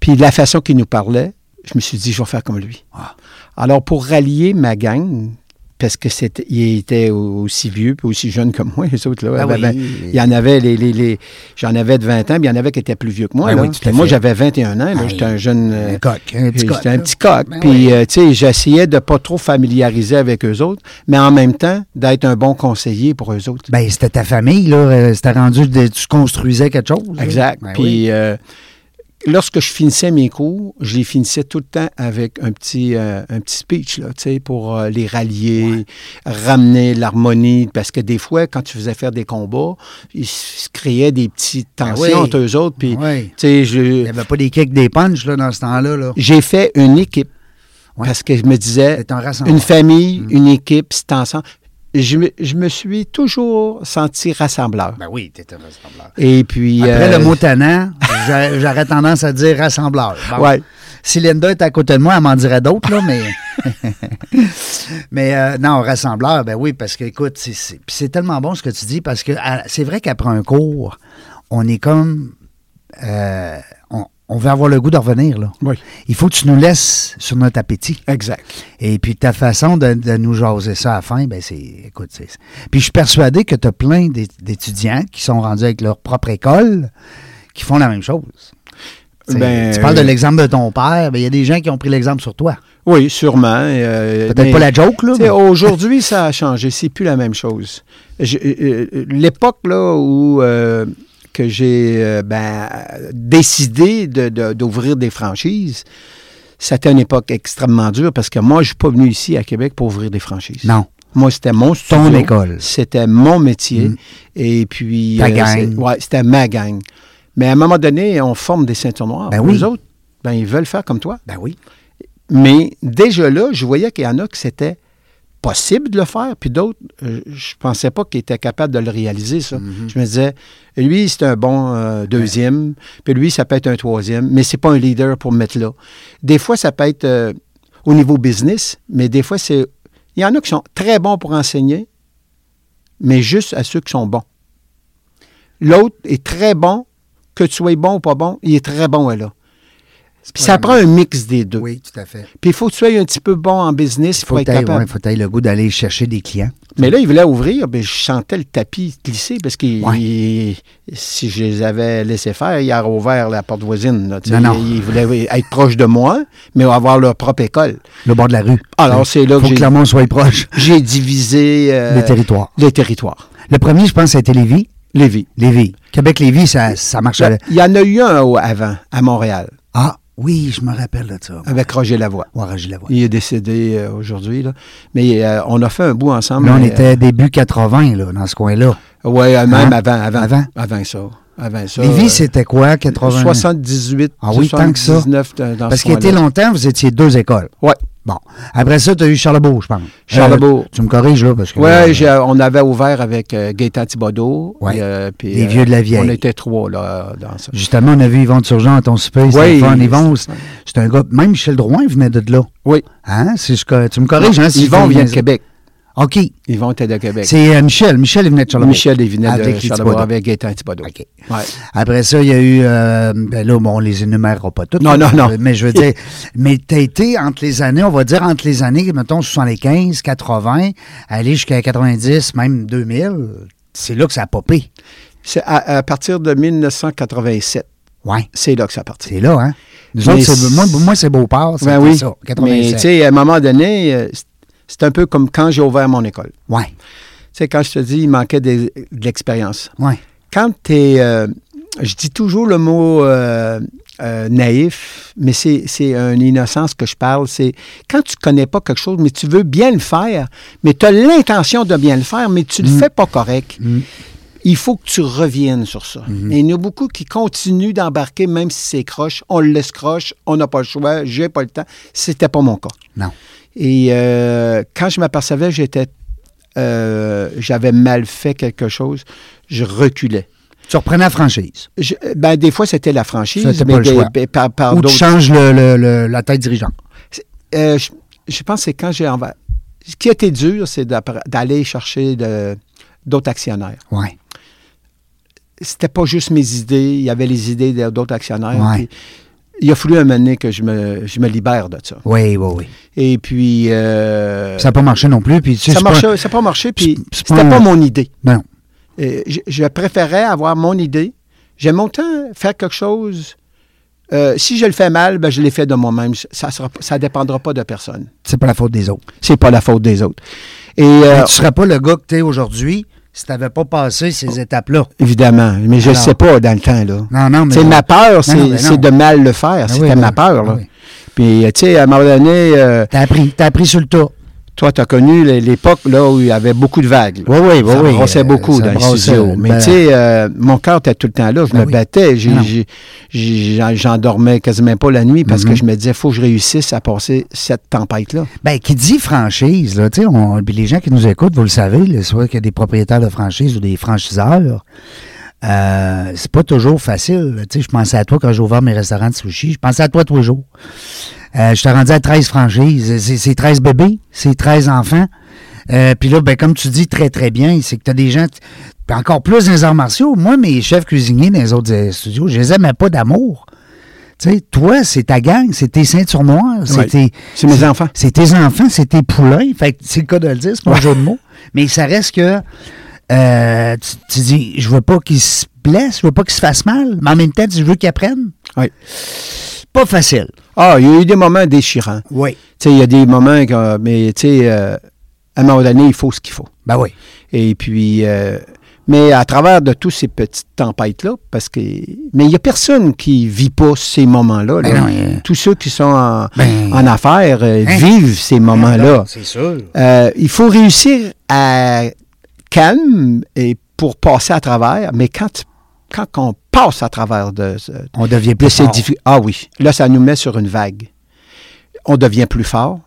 Puis la façon qu'il nous parlait, je me suis dit, je vais faire comme lui. Ah. Alors, pour rallier ma gang, parce que c'était, il était au- aussi vieux puis aussi jeune que moi, les autres. Là, Ah Ben, oui. ben, il y en avait, les, les- les- j'en avais de 20 ans, puis il y en avait qui étaient plus vieux que moi. Ah là. oui, tout à Puis moi, fait. j'avais 21 ans. là, Ah, j'étais un jeune. euh, Un coq. Un petit coq. J'étais un là. petit coq. Ben puis, oui. euh, tu sais, j'essayais de pas trop familiariser avec eux autres, mais en même temps, d'être un bon conseiller pour eux autres. Ben, c'était ta famille, là. euh, C'était rendu. de- tu construisais quelque chose. là. Exact. Ben Puis oui. euh, lorsque je finissais mes cours, je les finissais tout le temps avec un petit, euh, un petit speech là, tu sais, pour euh, les rallier, ramener l'harmonie. Parce que des fois, quand tu faisais faire des combats, ils se créaient des petites Ben tensions oui. Ben entre eux autres. Puis, Ouais. tu sais, Il je- n'y avait pas des kicks, des punches, là, dans ce temps-là, là. j'ai fait une équipe. Ouais. Parce que je me disais, C'était un rassemblement. Mm. une famille, une équipe, c'est ensemble. Je me, je me suis toujours senti rassembleur. Ben oui, t'étais rassembleur. Et puis. Après euh, le mot tannant, j'a- j'aurais tendance à dire rassembleur. Bon. Ouais. Si Linda était à côté de moi, elle m'en dirait d'autres, là, mais. mais euh, non, rassembleur, ben oui, parce que, écoute, c'est- c'est puis c'est tellement bon ce que tu dis, parce que à- c'est vrai qu'après un cours, on est comme. euh, on, on veut avoir le goût de revenir, là. Oui. Il faut que tu nous laisses sur notre appétit. Exact. Et puis ta façon de, de nous jaser ça à la fin, ben c'est. Écoute, c'est. Puis je suis persuadé que tu as plein d'é- d'étudiants qui sont rendus avec leur propre école qui font la même chose. Tu sais, Ben, tu parles de euh, l'exemple de ton père, ben, il y a des gens qui ont pris l'exemple sur toi. Oui, sûrement. euh, Peut-être mais, pas la joke, là. tu sais, oh, mais- Aujourd'hui, ça a changé. C'est plus la même chose. Je- euh, euh, L'époque là où euh, que j'ai euh, ben, décidé de- de- d'ouvrir des franchises, c'était une époque extrêmement dure parce que moi, je suis pas venu ici à Québec pour ouvrir des franchises. Non. Moi, c'était mon studio. école. Mm. C'était mon métier. Et puis. euh, Ta gang. c'est- ouais, c'était ma gang. Mais à un moment donné, on forme des ceintures noires. Ben oui. Les autres, ben, ils veulent faire comme toi. Ben oui. Mais déjà là, je voyais qu'il y en a que c'était possible de le faire, puis d'autres, euh, je pensais pas qu'ils étaient capables de le réaliser, ça. Je me disais, lui, c'est un bon euh, deuxième, puis lui, ça peut être un troisième, mais c'est pas un leader pour mettre là. Des fois, ça peut être euh, au niveau business, mais des fois, c'est... Il y en a qui sont très bons pour enseigner, mais juste à ceux qui sont bons. L'autre est très bon, que tu sois bon ou pas bon, il est très bon, là. Puis ça vraiment- prend un mix des deux. Oui, tout à fait. Puis il faut que tu sois un petit peu bon en business Faut pour être que capable. tu le goût d'aller chercher des clients. Mais là, il voulait ouvrir, ben, je sentais le tapis glisser parce que Ouais. il- si je les avais laissés faire, ils auraient ouvert la porte voisine. là, tu sais. Non, non. Ils, ils voulaient être proches de moi, mais avoir leur propre école. Le bord de la rue. Alors, c'est là que Faut que j'ai- Clermont soit proche J'ai divisé euh, des territoires. les territoires. Le premier, je pense, ça a été Lévis. Lévis. Lévis. Québec-Lévis, ça, ça marche. à la- Il y en a eu un au- avant, à Montréal, Ah, oui, je me rappelle de ça. avec Roger Lavoie. Ouais, Roger Lavoie. Il est décédé euh, aujourd'hui, là. mais euh, on a fait un bout ensemble. Là, on mais, était début 80, là, dans ce coin-là. euh, ouais, euh, même Hein? avant, avant, Avant? avant. ça. Avant ça. Lévis, euh, c'était quoi, 80? 78, Ah oui, tant que ça. 79, dans dans Parce ce qu'il était coin-là. longtemps, vous étiez deux écoles. Ouais. Bon. Après ça, tu as eu Charlebourg, je pense. Charlebourg. Euh, tu me corriges, là, parce que... Oui, euh, on avait ouvert avec euh, Gaétan Thibodeau. Ouais. et, euh, puis, Les vieux de la vieille. On était trois, là, dans ça. Justement, on a vu Yvon Turgeon à ton super, c'était Oui, le fun. Yvon, c'est- c'est un gars... Même Michel Drouin venait de là. Oui. Hein? Si je co- tu me corriges, hein? si je Yvon fais- vient de Québec. OK. Yvon était de Québec. C'est euh, Michel. Michel, il venait de Charlebourg. Ah, Michel, il venait Avec de les Charlebourg Thibodeau. avec Gaétan Thibodeau. OK. Ouais. Après ça, il y a eu. euh, ben là, bon, on les énumérera pas toutes. Non, là, non, non. Mais je veux dire. mais tu as été entre les années, on va dire entre les années, mettons, 75, 80, aller jusqu'à 90, même 2000. C'est là que ça a popé. C'est à, à partir de 1987. Ouais. C'est là que ça a parti. C'est là, hein. Nous Mais autres, c'est- c'est- moi, moi, c'est Beauport. C'est Ben oui. ça. Mais tu 87. sais, à un moment donné, euh, c'est- c'est un peu comme quand j'ai ouvert mon école. Ouais. Tu sais, quand je te dis, il manquait des- de l'expérience. Ouais. quand tu es. je dis toujours le mot euh, euh, naïf, mais c'est c'est une innocence que je parle. C'est quand tu connais pas quelque chose, mais tu veux bien le faire, mais tu as l'intention de bien le faire, mais tu le fais pas correct. Il faut que tu reviennes sur ça. Et il y en a beaucoup qui continuent d'embarquer, même si c'est croche. On le laisse croche, on n'a pas le choix, j'ai pas le temps. C'était pas mon cas. Non. Et euh, quand je m'apercevais, j'étais, euh, j'avais mal fait quelque chose, je reculais. Tu reprenais la franchise. Je- ben, des fois, c'était la franchise. C'était pas mais le des- choix. ben, par, par Ou tu d'autres- changes le- le- le- la tête dirigeante. Euh, je, je pense que c'est quand j'ai envers. Ce qui était dur, c'est d'appre- d'aller chercher de- d'autres actionnaires. Ouais. C'était pas juste mes idées, il y avait les idées de- d'autres actionnaires. Ouais. puis il a fallu un moment donné que je me, je me libère de ça. Oui, oui, oui. Et puis. euh, Ça n'a pas marché non plus. Puis, tu sais, ça c'est pas- marchait- ça n'a pas marché, puis c'est pas c'était un- pas mon idée. Ben non. Euh, je, je préférais avoir mon idée. J'aime autant faire quelque chose. euh, si je le fais mal, ben je l'ai fait de moi-même. Ça sera, ça dépendra pas de personne. C'est pas la faute des autres. C'est pas la faute des autres. Et Mais euh, tu serais pas le gars que tu es aujourd'hui si tu n'avais pas passé ces étapes-là. évidemment, mais je ne Alors- sais pas dans le temps là. Non, non, mais. C'est ma peur, Non, non, c'est mais c'est non. Ben de mal le faire. C'était oui, ma oui, peur. là. oui. Puis, euh, tu sais, à un moment donné, euh, T'as appris, t'as appris sur le tas. toi, tu as connu l- l'époque là, où il y avait beaucoup de vagues. là. oui, Ça brossait beaucoup dans le studio. Mais tu sais, euh, mon cœur était tout le temps là. Je Ben me oui. battais. J'ai- Ah non. j'ai- j'ai- j'en- J'endormais quasiment pas la nuit parce Mhm. que je me disais, faut que je réussisse à passer cette tempête-là. Ben, qui dit franchise, là, tu sais, on- puis les gens qui nous écoutent, vous le savez, là, soit qu'il y a des propriétaires de franchise ou des franchiseurs, euh, c'est pas toujours facile. là. Tu sais, je pensais à toi quand j'ai ouvert mes restaurants de sushi. Je pensais à toi tous les jours. Euh, je t'ai rendu à 13 franchises. C'est- C'est 13 bébés, c'est 13 enfants. Euh, Puis là, ben, comme tu dis très, très bien, c'est que tu as des gens, puis encore plus dans les arts martiaux. Moi, mes chefs cuisiniers dans les autres euh, studios, je les aimais pas d'amour. Tu sais, toi, c'est ta gang, c'est tes ceintures noires, c'est Ouais. tes- C'est mes enfants. c'est tes enfants, c'est tes poulains. Fait que c'est le cas de le dire, c'est pas un jeu de mots. Mais ça reste que euh, tu, tu dis, je veux pas qu'ils se blessent, je veux pas qu'ils se fassent mal, mais en même temps, je veux qu'ils apprennent. Oui. Pas facile. Ah, il y a eu des moments déchirants. Oui. Tu sais, il y a des moments, que, mais tu sais, euh, à un moment donné, il faut ce qu'il faut. Ben oui. Et puis, euh, mais à travers de toutes ces petites tempêtes-là, parce que, mais il n'y a personne qui vit pas ces moments-là. là. Ben non, il- Tous ceux qui sont en, Ben- en affaires euh, Hein? ben, vivent ces moments-là. C'est sûr. Euh, il faut réussir à calme et pour passer à travers, mais quand, tu- quand on passe à travers de, ce- On devient de plus ces fort. difficultés, ah oui, là, ça nous met sur une vague. On devient plus fort.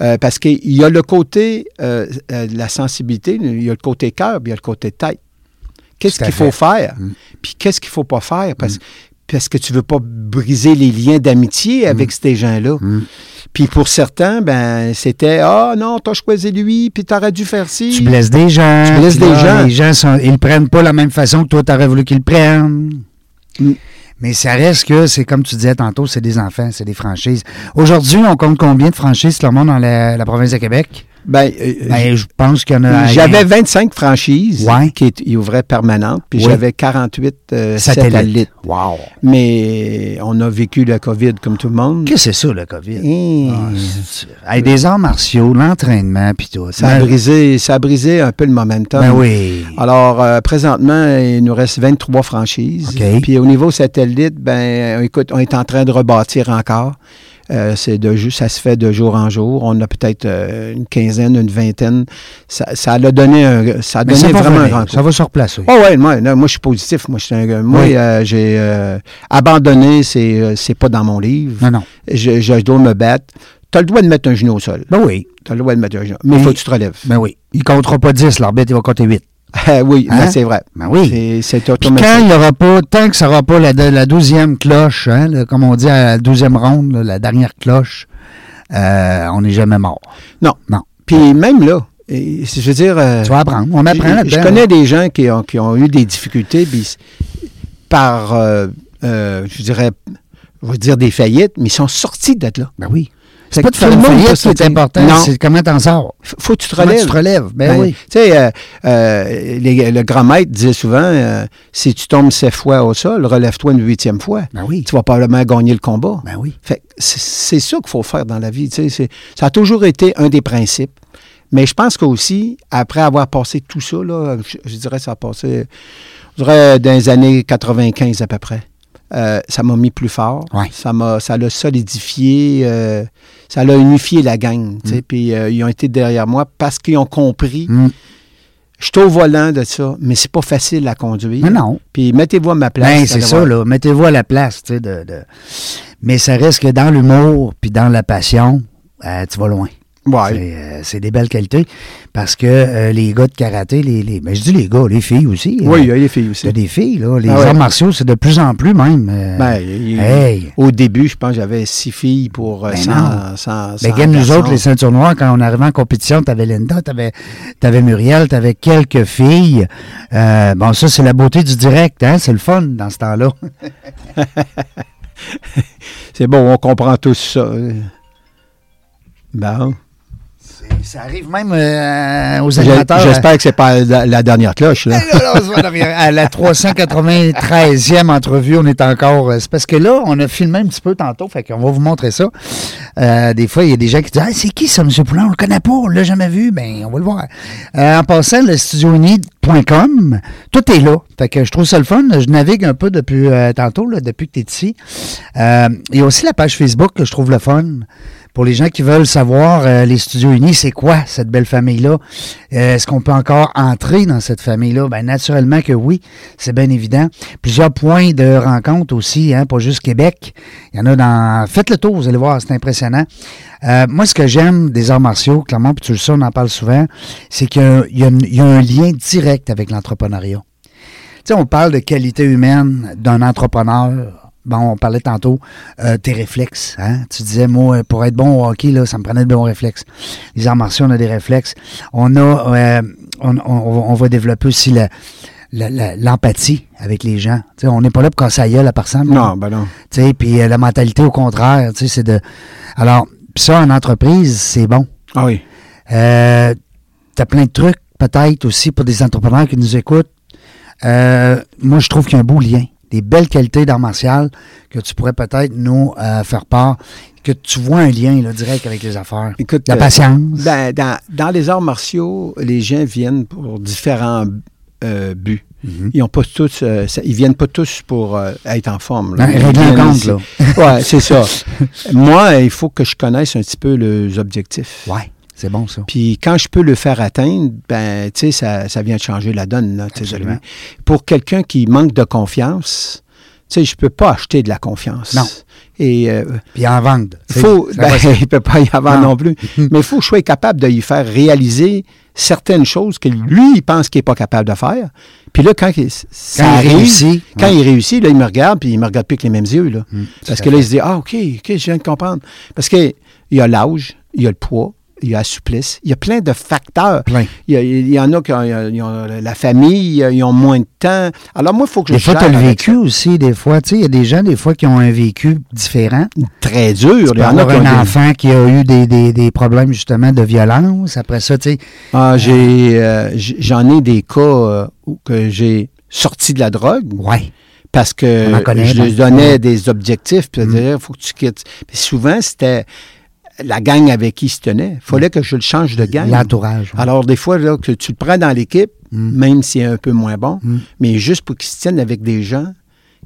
euh, parce qu'il y a le côté euh, euh, de la sensibilité, il y a le côté cœur, puis il y a le côté tête. Qu'est-ce Tout à qu'il fait. Mm. faut faire? Puis qu'est-ce qu'il ne faut pas Mm. faire? Parce, parce que tu ne veux pas briser les liens d'amitié avec ces gens-là. Puis pour certains, ben c'était Ah non, t'as choisi lui, puis t'aurais dû faire ci. Tu blesses des gens. Tu blesses puis des là, gens. Les gens, sont, ils le prennent pas la même façon que toi, t'aurais voulu qu'ils le prennent. Mm. Mais ça reste que, c'est comme tu disais tantôt, c'est des enfants, c'est des franchises. Aujourd'hui, on compte combien de franchises, Clermont, dans la, la province de Québec? Ben, euh, Ben, je pense qu'il y en a... J'avais 25 franchises Ouais. qui est- qui ouvraient permanentes, puis Oui. j'avais 48 euh, Satellites. satellites. Wow! Mais on a vécu la COVID comme tout le monde. Qu'est-ce que c'est ça, le COVID? Hum, Ah, c'est- Hey, des arts martiaux, l'entraînement, puis tout. ça, a Ben- brisé, ça a brisé un peu le momentum. Ben oui. Alors, euh, présentement, il nous reste 23 franchises. OK. Puis au niveau satellite, ben, euh, écoute, on est en train de rebâtir encore. Euh, c'est de ju- ça se fait de jour en jour. On a peut-être euh, une quinzaine, une vingtaine. Ça, ça a donné, un- ça a Mais donné ça va, vraiment un revenir, grand coup. ça va se replacer. Ah ouais, moi, non, moi, je suis positif. Moi, je suis un gars- moi, Oui. euh, j'ai euh, abandonné, c'est euh, c'est pas dans mon livre. Non, non. Je, je dois me battre. Tu as le droit de mettre un genou au sol. Ben oui. Tu as le droit de mettre un genou. Mais il Mais- faut que tu te relèves. Ben oui. Il comptera pas 10, l'arbitre, il va compter 8. Ah oui, Hein? ben, c'est vrai. Ben oui. C'est- C'est Puis quand automatique. il n'y aura pas, tant que ça n'aura pas la, la douzième cloche, hein, le- comme on dit à la douzième ronde, là, la dernière cloche, euh, on n'est jamais mort. Non. Non. Puis même là, et- je veux dire. euh, Tu vas apprendre. On apprend je- là-dedans. Je connais des gens qui ont, qui ont eu des difficultés puis s- par, euh, euh, je dirais, je vais dire des faillites, mais ils sont sortis d'être là. Ben oui. C'est Fait pas que de faire tout une le monde peut faillite qui est sortir. important, Non. c'est comment t'en sors. F- Faut que tu te Comment tu relèves. te relèves. Ben, oui. Tu sais, euh, euh, les- le grand maître disait souvent, euh, si tu tombes sept fois au sol, relève-toi une huitième fois. Ben oui. Tu vas probablement gagner le combat. Ben oui. Fait que c'est- c'est ça qu'il faut faire dans la vie. tu sais, c'est- ça a toujours été un des principes. Mais je pense qu'aussi, après avoir passé tout ça, là, je, je dirais ça a passé je dirais, dans les années 95 à peu près, euh, ça m'a mis plus fort. Ouais. Ça m'a ça l'a solidifié, euh, ça l'a unifié la gang. tu sais, Puis euh, ils ont été derrière moi parce qu'ils ont compris. Mm. Je suis au volant de ça, mais c'est pas facile à conduire. Mais non. Puis mettez-vous à ma place. Ben, vous c'est allez ça, voir. là. Mettez-vous à la place, tu sais, de, de- Mais ça reste que dans l'humour puis dans la passion, euh, tu vas loin. Ouais. C'est, euh, C'est des belles qualités parce que euh, les gars de karaté, les, les- ben, je dis les gars, les filles aussi. Oui, euh, il y a les filles aussi. Il y a des filles, là. Les Ah ouais. arts martiaux, c'est de plus en plus même. euh, Ben, il- hey! Au début, je pense que j'avais six filles pour euh, Ben 100, 100, Ben, 100 game, nous personnes. autres, les ceintures noires, quand on arrivait en compétition, t'avais Linda, t'avais, t'avais Muriel, t'avais quelques filles. Euh, bon, ça, c'est la beauté du direct, hein? C'est le fun dans ce temps-là. C'est bon, on comprend tous ça. Ben, Bon. Ça arrive même euh, aux J'ai- animateurs. J'espère que c'est pas la, la dernière cloche, là. Hey, là, là, on se voit derrière. à la 393e entrevue, on est encore. euh, C'est parce que là, on a filmé un petit peu tantôt, fait qu'on va vous montrer ça. Euh, des fois, il y a des gens qui disent Ah, c'est qui ça, M. Poulin On le connaît pas, on l'a jamais vu. Ben, on va le voir. Euh, en passant, le studiouni.com, tout est là. Fait que je trouve ça le fun. Je navigue un peu depuis euh, tantôt, là, depuis que tu es ici. Euh, Il y a aussi la page Facebook que je trouve le fun. Pour les gens qui veulent savoir, euh, les Studios Unis, c'est quoi cette belle famille-là? Euh, Est-ce qu'on peut encore entrer dans cette famille-là? Ben, naturellement que oui, c'est bien évident. Plusieurs points de rencontre aussi, hein, pas juste Québec. Il y en a dans... Faites le tour, vous allez voir, c'est impressionnant. Euh, moi, ce que j'aime des arts martiaux, clairement, puis tu le sais, on en parle souvent, c'est qu'il y a- il y a une- il y a un lien direct avec l'entrepreneuriat. Tu sais, on parle de qualité humaine d'un entrepreneur. Bon, on parlait tantôt, euh, tes réflexes. Hein? Tu disais, moi, euh, pour être bon au hockey, là, ça me prenait de bons réflexes. Les arts martiaux, on a des réflexes. On a, euh, on, on- on va développer aussi la- la- la- l'empathie avec les gens. Tu sais, on n'est pas là pour casser la gueule à personne. Non, ben non. Tu sais, puis euh, la mentalité, au contraire, tu sais, c'est de... Alors, pis ça, en entreprise, c'est bon. Ah oui. Euh, T'as plein de trucs, peut-être aussi, pour des entrepreneurs qui nous écoutent. Euh, moi, je trouve qu'il y a un beau lien, des belles qualités d'art martial que tu pourrais peut-être nous euh, faire part, que tu vois un lien là, direct avec les affaires. Écoute, La euh, patience. ben, dans, dans les arts martiaux, les gens viennent pour différents euh, buts. Mhm. Ils ont pas tous, euh, ça- ils viennent pas tous pour euh, être en forme. là. Hein, Ils régler un viennent compte, ici. là. Ouais, c'est ça. Moi, il faut que je connaisse un petit peu les objectifs. Ouais, c'est bon ça. Puis quand je peux le faire atteindre, ben, tu sais, ça, ça vient de changer la donne, là, tu sais, de Absolument. lui. Pour quelqu'un qui manque de confiance, tu sais, je peux pas acheter de la confiance. Non. Et euh, Puis en vendre. tu sais, faut, ça ben, va- il peut pas y avoir Non. non, plus. Mais il faut que je sois capable de lui faire réaliser certaines choses que lui, il pense qu'il n'est pas capable de faire. Puis là, quand il, ça Quand il arrive, réussit, Quand ouais. Mm. il réussit, là, il me regarde, puis il me regarde plus avec les mêmes yeux. Là. Parce à que là, fait. il se dit Ah, OK, OK, je viens de comprendre. Parce qu'il y a l'âge, il y a le poids, il y a la souplesse, il y a plein de facteurs. Plein. Il y, a- il y en a qui ont, ils ont la famille, ils ont moins de temps. Alors, moi, il faut que Des je fois, tu as gère le avec vécu aussi, des fois. Tu sais, il y a des gens, des fois, qui ont un vécu différent. Très dur. Il Tu y peux en a avoir qui ont des- un enfant qui a eu des, des, des problèmes, justement, de violence. Après ça, tu sais, Ah, j'ai, euh, j- j'en ai des cas euh, où que j'ai sorti de la drogue ouais. parce que On en connaît, hein. Mm. je donc. leur donnais des objectifs, puis il faut que tu quittes. Puis souvent, c'était la gang avec qui ils se tenaient. Mm. fallait que je le change de gang. L'entourage. ouais. Alors, des fois, là, que tu le prends dans l'équipe, même s'il est un peu moins bon, mais juste pour qu'il se tienne avec des gens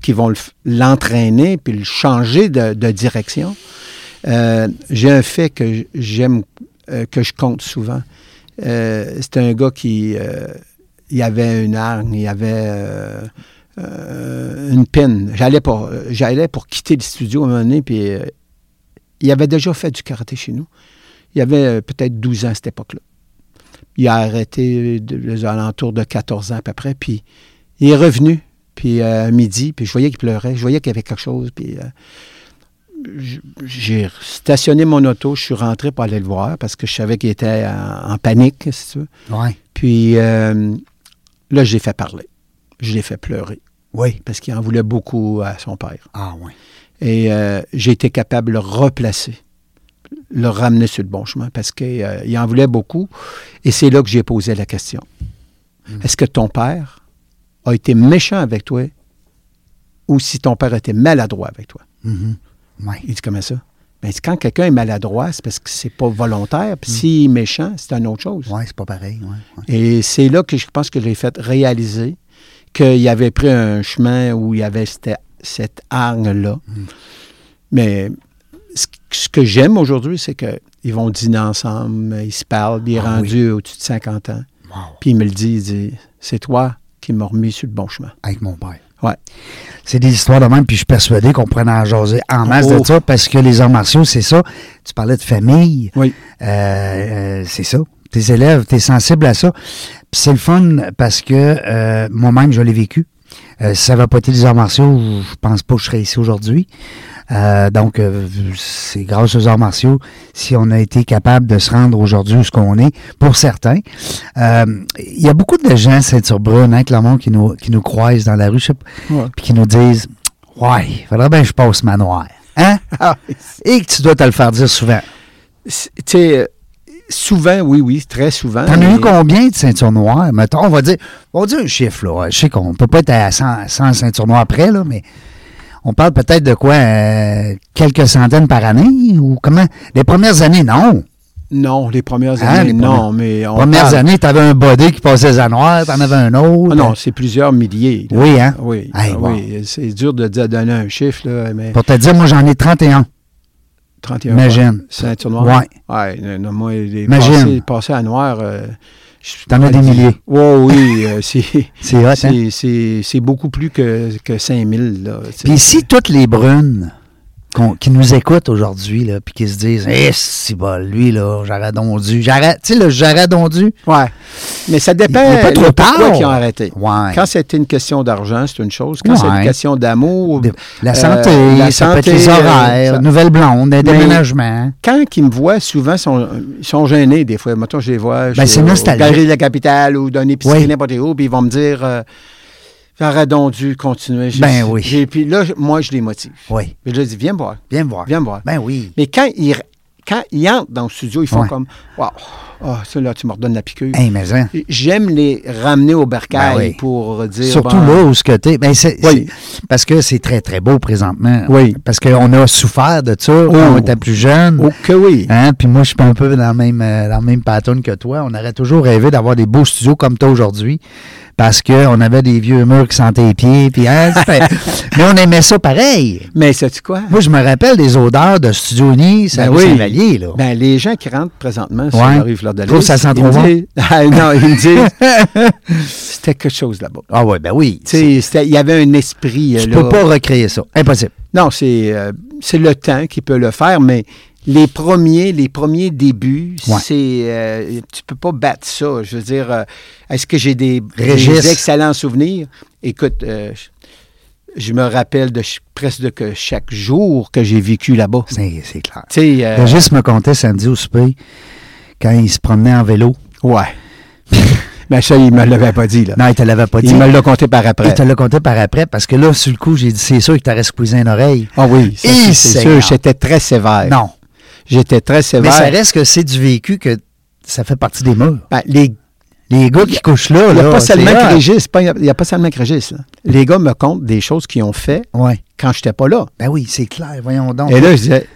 qui vont le f- l'entraîner puis le changer de, de direction. Euh, J'ai un fait que j- j'aime, euh, que je compte souvent. Euh, C'était un gars qui. euh, il avait une arme, il avait. euh, euh, une peine. J'allais pour, j'allais pour quitter le studio à un moment donné, puis euh, il avait déjà fait du karaté chez nous. Il avait euh, peut-être 12 ans à cette époque-là. Il a arrêté de- les alentours de 14 ans à peu près, puis il est revenu, puis euh, à midi, puis je voyais qu'il pleurait, je voyais qu'il y avait quelque chose, puis euh, j- j'ai stationné mon auto, je suis rentré pour aller le voir parce que je savais qu'il était en, en panique, si tu veux. Ouais. Puis euh, là, je l'ai fait parler, je l'ai fait pleurer Oui. parce qu'il en voulait beaucoup à son père. Ah, oui. Et euh, j'ai été capable de le replacer, le ramener sur le bon chemin parce qu'il en voulait beaucoup. Et c'est là que j'ai posé la question. Est-ce que ton père a été méchant avec toi ou si ton père était maladroit avec toi? Mm-hmm. Ouais. Il dit comment ça? Ben, il dit, quand quelqu'un est maladroit, c'est parce que c'est pas volontaire. Puis s'il est méchant, c'est une autre chose. Ouais, c'est pas pareil. Ouais. ouais. Et c'est là que je pense que j'ai fait réaliser qu'il avait pris un chemin où il y avait cette, cette hargne-là. Hmm. Mais ce, ce que j'aime aujourd'hui, c'est qu'ils vont dîner ensemble, ils se parlent, il est Ah rendu au-dessus de 50 ans. Wow. Puis il me le dit, il dit, c'est toi qui m'as remis sur le bon chemin. Avec mon père. Ouais. C'est des histoires de même, puis je suis persuadé qu'on pourrait en jaser en masse de Oh. ça, parce que les arts martiaux, c'est ça. Tu parlais de famille. Oui. Euh, euh, c'est ça. Tes élèves, t'es sensible à ça. Puis c'est le fun parce que euh, moi-même, je l'ai vécu. Euh, si ça va pas été des arts martiaux, je pense pas que je serais ici aujourd'hui. Euh, donc, euh, c'est grâce aux arts martiaux si on a été capable de se rendre aujourd'hui où ce qu'on est, pour certains. Euh, Il y a beaucoup de gens, Saint-Urbrun, hein, Clermont, qui nous, qui nous croisent dans la rue, je sais pas, Ouais. puis qui nous disent « Ouais, faudrait bien que je passe manoir. » Hein? Et que tu dois te le faire dire souvent. C'est- Tu sais, euh, souvent, oui, oui, très souvent. T'en as mais- eu combien de ceintures noires? Mettons, on va dire, on va dire un chiffre, là. Je sais qu'on peut pas être à 100, 100 ceintures noires près, là, mais on parle peut-être de quoi? euh, quelques centaines par année? Ou comment? Les premières années, non. Non, les premières Hein, années, les non, mais on premières parle- années, t'avais un body qui passait à noir, t'en avais un autre. Ah non, c'est plusieurs milliers. là. Oui, hein? Oui, Hey, ah wow. oui. c'est dur de dire- donner un chiffre, là, mais Pour te dire, moi, j'en ai 31. 31 Imagine. Ceinture noire. Ouais. Ouais, non, non, moi, les Imagine. passés- passés à noir. euh, je- T'en as des milliers. Ouais, oui, euh, c'est. C'est hot, hein? c'est- C'est c'est beaucoup plus que, que 5000. Là, tu sais. Puis si toutes les brunes qu'on- qui nous écoutent aujourd'hui, là, puis qui se disent, eh, si bah, lui, là, j'aurais donc dû. J'aurais- Tu sais, le j'aurais donc dû. Ouais. Mais ça dépend. euh, Il est pas le trop pourquoi tard. qu'ils ont arrêté. Ouais. Quand c'était une question d'argent, c'est une chose. Quand c'est Ouais. une question d'amour. De- la euh, santé, la ça peut être santé, les euh, horaires, ça- nouvelle blonde, un Mais- déménagement. quand ils me voient, souvent, sont, ils sont gênés des fois. Mettons, je les vois Ben, c'est au- nostalgique. au Galerie de la Capitale ou d'un épicerie Oui. n'importe où, puis ils vont me dire euh, J'aurais donc dû continuer. J'ai- Ben oui. j'ai- Puis là, je- moi, je les motive. Oui, Je leur dis Viens me voir. viens me voir. Viens me voir. Ben oui. Mais quand ils, re- quand ils entrent dans le studio, ils font Ouais. comme Waouh, ah, ça là, tu me redonnes la piqûre. Hey, mais hein, J'aime les ramener au barcail Ben oui. pour dire surtout bon, là où ce que t'es, ben c'est, Oui. c'est- parce que c'est très très beau présentement. Oui. Parce qu'on a souffert de ça quand on était plus jeune. Oh, que oui. Hein, puis moi, je suis un peu dans le même, euh, dans le même pattern que toi. On aurait toujours rêvé d'avoir des beaux studios comme toi aujourd'hui. parce qu'on avait des vieux murs qui sentaient les pieds. Puis, hein, c'était- mais on aimait ça pareil. Mais sais-tu quoi? Moi, je me rappelle des odeurs de Studio Nice à Ben oui. oui. Saint-Vallier. Là. Ben, les gens qui rentrent présentement sur Ouais. la rue Fleur de Trouve ça sent ils trop bon. disent- Ah, non, ils me disent, c'était quelque chose là-bas. ah ouais, ben oui. Tu sais, c'était- il y avait un esprit. euh, Tu là. peux pas recréer ça. Impossible. Non, c'est euh, c'est le temps qui peut le faire, mais les premiers, les premiers débuts, Ouais. c'est euh, tu peux pas battre ça. Je veux dire, euh, est-ce que j'ai des, Régis. des excellents souvenirs Écoute, euh, je, je me rappelle de ch- presque de que chaque jour que j'ai vécu là-bas. Tu C'est c'est clair. sais, euh, Régis me contait samedi au souper quand il se promenait en vélo. ouais. mais ben ça, il me l'avait pas dit là. Non, il te l'avait pas dit. il me l'a compté par Il après. te l'a conté par après parce que là, sur le coup, j'ai dit c'est sûr que t'aurais squeezé une oreille. Ah oui, ça, Et c'est c'est Seigneur. sûr, j'étais très sévère. Non. J'étais très Mais sévère. ça reste que c'est du vécu que ça fait partie des murs. Ben, les Les gars qui couchent là, Il n'y a là, pas c'est seulement que rare. Régis. pas- Il n'y a, pas seulement que Régis. là. Les gars me comptent des choses qu'ils ont fait Ouais. quand je n'étais pas là. Ben oui, c'est clair, voyons donc. Et là, je disais,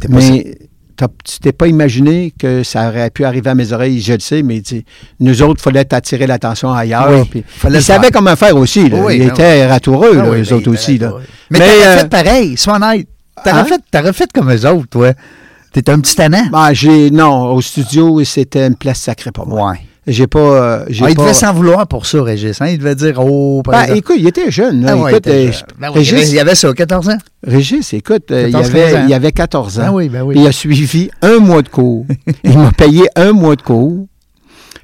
T'es pas mais t'as- tu t'es pas imaginé que ça aurait pu arriver à mes oreilles, je le sais, mais tu sais, nous autres, il fallait attirer l'attention ailleurs. Oui, puis- fallait le ils savaient faire. comment faire aussi. là. Oui, ils ben étaient ratoureux, Ah là, oui, eux ben, autres ben, aussi. là. ben, oui. Mais, Mais, t'aurais euh, fait pareil, sois honnête. T'aurais hein? fait, t'aurais fait comme eux autres, toi. T'es un petit tannant. ben, j'ai- non, au studio, c'était une place sacrée pour moi. ouais. J'ai pas. euh, j'ai Ah, il pas- devait s'en vouloir pour ça, Régis. hein. Il devait dire, oh, par Ben, exemple. écoute, il était jeune. là. Ah ouais, Écoute, il était euh, jeune. Ben oui, Régis, Régis, il avait ça, 14 ans. Régis, écoute, euh, il, 14, avait, 15 ans. il avait 14 ans. Ah oui, ben oui. Puis il a suivi un mois de cours. il m'a payé un mois de cours.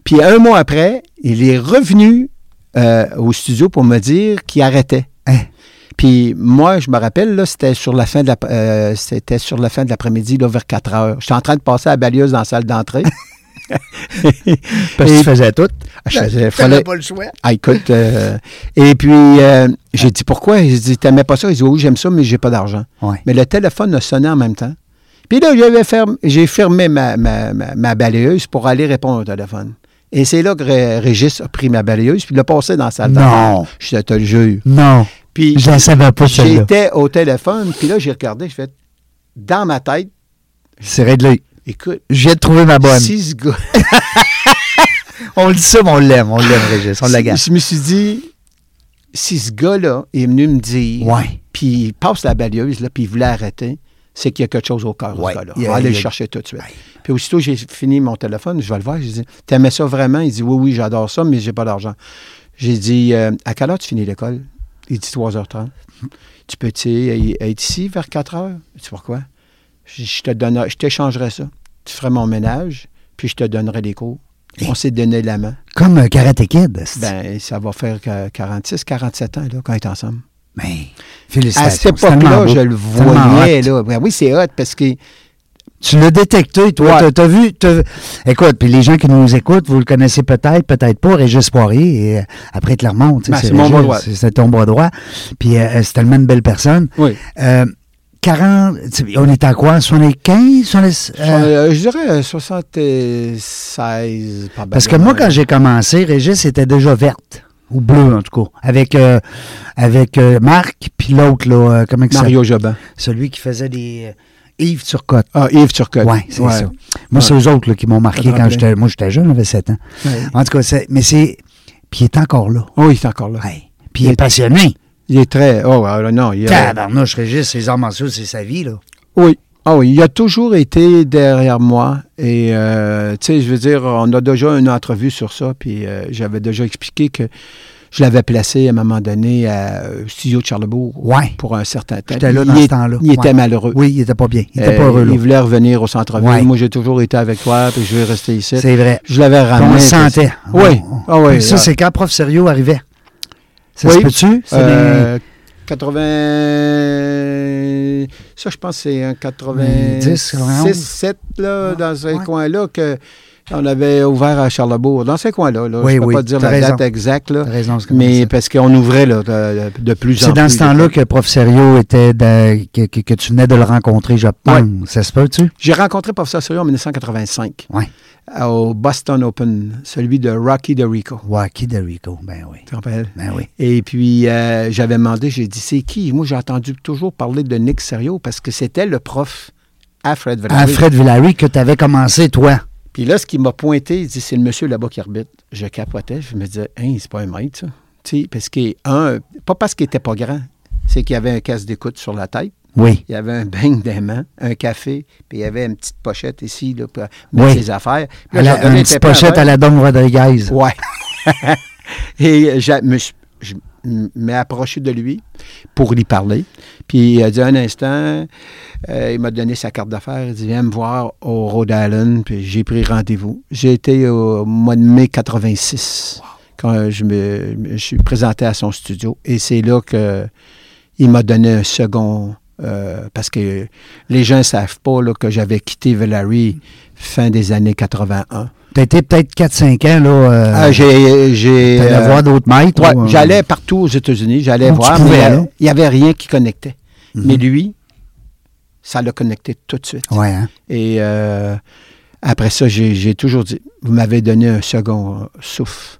Puis un mois après, il est revenu euh, au studio pour me dire qu'il arrêtait. Hein? Puis moi, je me rappelle, là, c'était sur la fin de la- euh, c'était sur la fin de l'après-midi, là, vers 4 heures. J'étais en train de passer à la balieuse dans la salle d'entrée. Parce que tu faisais tout. Je faisais- T'avais fallait- pas le choix. ah, écoute, euh, et puis euh, j'ai dit pourquoi? J'ai dit, t'aimais pas ça? Il dit, oui, j'aime ça, mais j'ai pas d'argent. Ouais. Mais le téléphone a sonné en même temps. Puis là, j'avais ferm- j'ai fermé ma, ma- ma- ma balayeuse pour aller répondre au téléphone. Et c'est là que Ré- Régis a pris ma balayeuse puis l'a passé dans la salle. Non. d'enfant. Je te le jure. Non, Puis je ne savais pas celle-là. j'étais au téléphone, puis là, j'ai regardé, je fais dans ma tête, C'est réglé. écoute, Je viens de trouver ma bonne. si ce gars- On le dit ça, mais on l'aime. On l'aime, Régis. On la garde. je me suis dit, si ce gars-là est venu me dire, Ouais. puis il passe la balayeuse, là, puis il voulait arrêter, c'est qu'il y a quelque chose au cœur Ouais. de ce gars-là. Il y a- On va aller il y le a- chercher tout de suite. Puis aussitôt j'ai fini mon téléphone, je vais le voir, je dis T'aimais ça vraiment? Il dit Oui, oui, j'adore ça, mais j'ai pas d'argent. J'ai dit Euh, À quelle heure tu finis l'école? Il dit 3h30. Tu peux-tu être ici vers 4h? Tu sais pourquoi? Je je te donnerai- je t'échangerai ça. Tu ferais mon ménage, puis je te donnerai les cours. On s'est donné la main. Comme un Karate Kid. c'est- Ben, ça va faire que 46, 47 ans là, quand on est ensemble. Mais, À félicitations. cette c'est tellement beau, époque-là, je le c'est tellement voyais. hot. Euh. Là. Ben oui, c'est hot parce que. Tu l'as détecté, toi. Ouais. T'as- T'as vu. t'as- Écoute, puis les gens qui nous écoutent, vous le connaissez peut-être, peut-être pas, Régis Poirier, et, euh, après Clermont. tu sais, Ben, c'est mon Régis, bras droit. c'est- C'est ton bras droit. Puis euh, c'est tellement une belle personne. Oui. Euh, 40, tu sais, on est à quoi? 75? 70, euh, Euh, je dirais euh, 76, probablement. parce que moi, quand j'ai commencé, Régis était déjà verte. Ou bleue, en tout cas. Avec, euh, avec euh, Marc, puis l'autre, là, euh, comment il s'appelle? Mario Jobin. Celui qui faisait des... euh, Yves Turcotte. Ah, Yves Turcotte. Oui, c'est Ouais. ça. Moi, c'est eux autres là, qui m'ont marqué Ça te quand rappelle? j'étais... Moi, j'étais jeune, j'avais 7 ans. Ouais. En tout cas, c'est- mais c'est... Puis il est encore là. Oh, il est encore là. Ouais. Puis il est passionné. Il est très. Oh, ouais, non, il a... Tabarnouche, Régis, ses arts martiaux, c'est sa vie, là. Oui. Ah oui, il a toujours été derrière moi. Et, euh, tu sais, je veux dire, on a déjà une entrevue sur ça. Puis euh, j'avais déjà expliqué que je l'avais placé à un moment donné à, euh, au studio de Charlebourg Ouais. pour un certain temps. J'étais là dans Il ce est- temps-là. Il était Ouais. malheureux. Oui, il était pas bien. Il était Euh, pas heureux, là. Il voulait revenir au centre-ville. Ouais. Moi, j'ai toujours été avec toi, puis je vais rester ici. C'est vrai. Je l'avais Puis ramené. on le puis- sentait. Oui. On- Ah oui. Ça, Euh, c'est quand Prof Sérieux arrivait. Ça Oui. se peut-tu? C'est des- Euh, 80. Ça, je pense que c'est en 10, 91. 86, 7, là, dans ces Ah, ouais. coins-là, que on avait ouvert à Charlebourg. Dans ces coins-là, là. Oui, je ne peux oui, pas dire t'as la raison. date exacte, là, T'as raison, c'est comme mais ça. parce qu'on ouvrait là, de, de plus en C'est dans plus. ce temps-là que Prof Sérieux était... de- que, que- que tu venais de le rencontrer, je pense. Ça se peut-tu? J'ai rencontré Professeur Sérieux en 1985 Ouais. au Boston Open, celui de Rocky de Rico. Wacky de Rico. Ben oui. Tu te rappelles? Ben oui. Et puis, euh, j'avais demandé, j'ai dit, c'est qui? Moi, j'ai entendu toujours parler de Nick Serio parce que c'était le prof à Fred À Valery. Ah, Fred Villary que tu avais commencé, toi. Puis là, ce qui m'a pointé, il dit c'est le monsieur là-bas qui arbitre. Je capotais, je me disais, hein, c'est pas un maître, ça. Tu sais, parce qu'il, un, pas parce qu'il était pas grand, c'est qu'il avait un casque d'écoute sur la tête. Oui. Il y avait un beigne d'aimant, un café, puis il y avait une petite pochette ici là, pour mettre Oui. ses affaires. Puis À la- là, j'ai regardé une les petite pépins pochette en à la Dom Rodriguez. Ouais. et euh, j'a- me suis- je m- m'ai approché de lui pour lui parler. Puis il a dit un instant, euh, il m'a donné sa carte d'affaires. Il dit Viens me voir au Rhode Island. Puis j'ai pris rendez-vous. J'ai été au mois de mai 86 quand je me je suis présenté à son studio. Et c'est là que il m'a donné un second. euh, parce que les gens ne savent pas là, que j'avais quitté Villary fin des années 81. T'as été peut-être 4-5 ans, là. euh, Ah, j'ai. j'ai t'allais euh, voir d'autres maîtres. ouais, ou, euh, J'allais partout aux États-Unis, j'allais Où tu voir, pouvais mais aller. Mhm. euh, il n'y avait rien qui connectait. Mais lui, ça l'a connecté tout de suite. Ouais, hein. Et euh, après ça, j'ai j'ai toujours dit vous m'avez donné un second euh, souffle.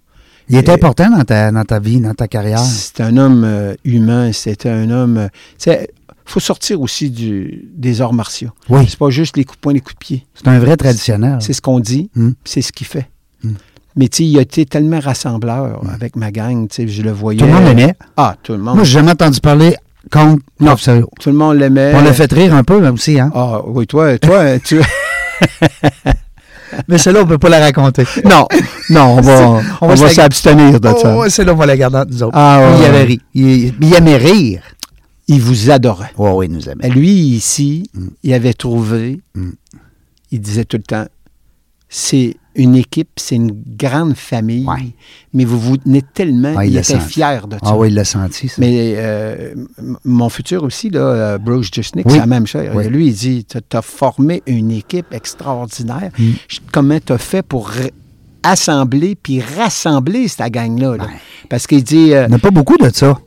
Il était Et- important dans ta, dans ta vie, dans ta carrière. C'est un homme euh, humain, c'était un homme. euh, tu sais, faut sortir aussi du, des arts martiaux. Oui. C'est pas juste les coups de poing, les coups de pied. C'est un vrai traditionnel. C'est ce qu'on dit, Mm. puis c'est ce qu'il fait. Mm. Mais tu sais, il a été tellement rassembleur avec ma gang, tu sais, je le Hmm. voyais. Tout le monde l'aimait. Ah, tout le monde. Moi, j'ai jamais entendu parler contre Non. Prof Solo. tout le monde l'aimait. On l'a fait rire un peu, là, aussi, hein. Ah, oui, toi, toi, tu. Mais celle-là, on peut pas la raconter. non, non, on va, on va va se- Oh, s'abstenir de ça. celle-là, on va la garder entre nous autres. Ah, ouais, il ouais. avait ri. Il, il aimait rire. Il vous adorait. Oui, oui, il nous aimait. Mais lui, ici, il avait trouvé, Mm. il disait tout le temps, c'est une équipe, c'est une grande famille, Ouais. mais vous vous tenez tellement, Ah, il il, le était sent. fier de ça. Ah oui, il l'a senti, ça. Mais euh, m- mon futur aussi, là, euh, Bruce Jusnick, Oui. c'est la même chose. Oui. Lui, il dit Tu as formé une équipe extraordinaire. Mm. Je- Comment tu as fait pour r- assembler puis rassembler cette gang-là là? Ouais. Parce qu'il dit euh, Il n'y en a pas beaucoup de ça.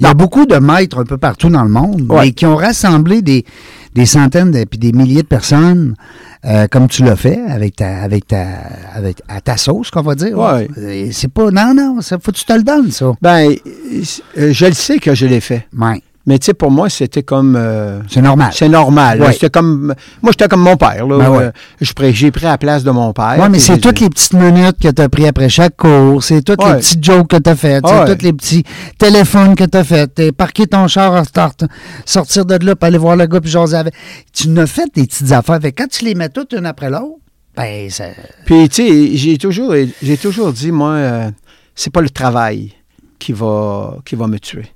Il y a beaucoup de maîtres un peu partout dans le monde, Ouais. mais qui ont rassemblé des, des centaines et puis des milliers de personnes, euh, comme tu l'as fait, avec ta, avec ta, avec, à ta sauce, qu'on va dire. Ouais. Et C'est pas, non, non, ça, faut que tu te le donnes, ça. Ben, euh, je le sais que je l'ai fait. Ouais. Mais tu sais, pour moi, c'était comme. euh, C'est normal. c'est normal. là. Ouais. C'était comme. Moi, j'étais comme mon père. là. Ben ouais. Euh, je pr- J'ai pris la place de mon père. Oui, mais puis c'est j'ai- toutes les petites minutes que tu as pris après chaque cours, c'est toutes les Ouais. petites jokes que tu as faites, c'est Ouais. tous les petits téléphones que tu as fait, t'es parqué ton char en retard, t- sortir de là, puis aller voir le gars, puis jaser avec. Tu n'as fait des petites affaires. Fait que quand tu les mets toutes une après l'autre, ben, ça... Puis, tu sais, j'ai toujours, j'ai toujours dit, moi, euh, c'est pas le travail qui va, qui va me tuer,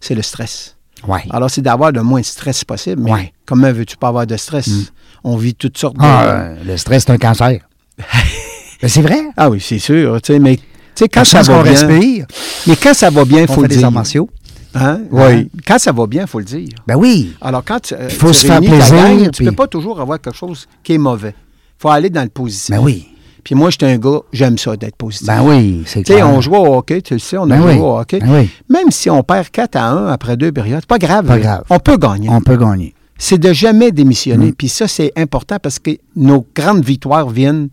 c'est le stress. Ouais. Alors, c'est d'avoir le moins de stress possible, mais Ouais. Mm. comment veux-tu pas avoir de stress? On vit toutes sortes de... Ah, euh, le stress, c'est un cancer. Ben, c'est vrai. Ah oui, c'est sûr, tu sais, mais tu sais, quand Quand ça qu'on va bien... respire, Mais quand ça va bien, il on faut fait le des dire. arts martiaux. Hein? Ouais. Quand ça va bien, il faut le dire. Ben oui. Alors, quand tu, faut se faire plaisir, tu puis- peux pas toujours avoir quelque chose qui est mauvais. faut aller dans le positif. Ben oui. Puis moi, j'étais un gars, j'aime ça d'être positif. Ben oui, c'est Tu sais, clair. on jouait au hockey, tu le sais, on a Ben joué oui. au hockey. Ben oui. Même si on perd 4 à 1 après deux périodes, c'est pas grave. Pas là. grave. On peut gagner. On Mm. peut gagner. C'est de jamais démissionner. Puis ça, c'est important parce que nos grandes victoires viennent.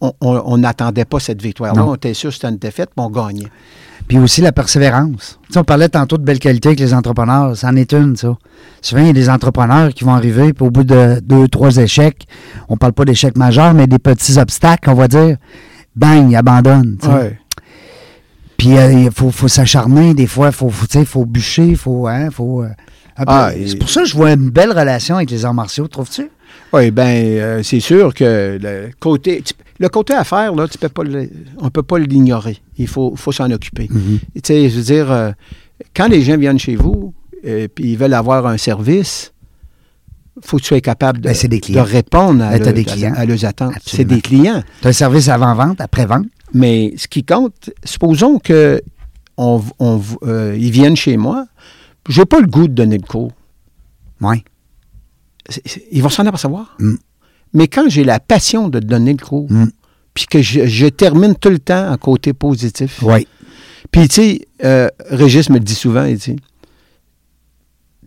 on- On on n'attendait pas cette victoire-là. Non. On était sûr que c'était une défaite, mais on gagnait. Puis aussi la persévérance. Tu sais, on parlait tantôt de belle qualité avec les entrepreneurs. C'en est une, ça. Souvent, il y a des entrepreneurs qui vont arriver, puis au bout de deux, trois échecs, on parle pas d'échecs majeurs, mais des petits obstacles, on va dire, bang, ils abandonnent. tu sais. Puis euh, il faut, faut s'acharner, des fois, il faut, faut, tu sais, faut bûcher, faut, hein, faut... euh, un peu- Ah, C'est et- pour ça que je vois une belle relation avec les arts martiaux, trouves-tu? Oui, bien, c'est sûr que le côté, tu- le côté affaires, là, tu peux pas le- on ne peut pas l'ignorer. Il faut, faut s'en occuper. Mhm. Tu sais, je veux dire, euh, quand les gens viennent chez vous et puis ils veulent avoir un service, faut que tu sois capable de, Ben, c'est des de clients. répondre à, Ben, t'as leur- des clients. à, à leurs attentes. Absolument. C'est des clients. Tu un service avant-vente, après-vente. Mais ce qui compte, supposons que on, v- on v- euh, ils viennent chez moi, j'ai pas le goût de donner le cours. Oui. C'est- c'est- ils vont s'en apercevoir. Mm. Mais quand j'ai la passion de donner le cours, Mm. puis que je, je termine tout le temps en côté positif, Oui. puis tu sais, euh, Régis me le dit souvent, il dit,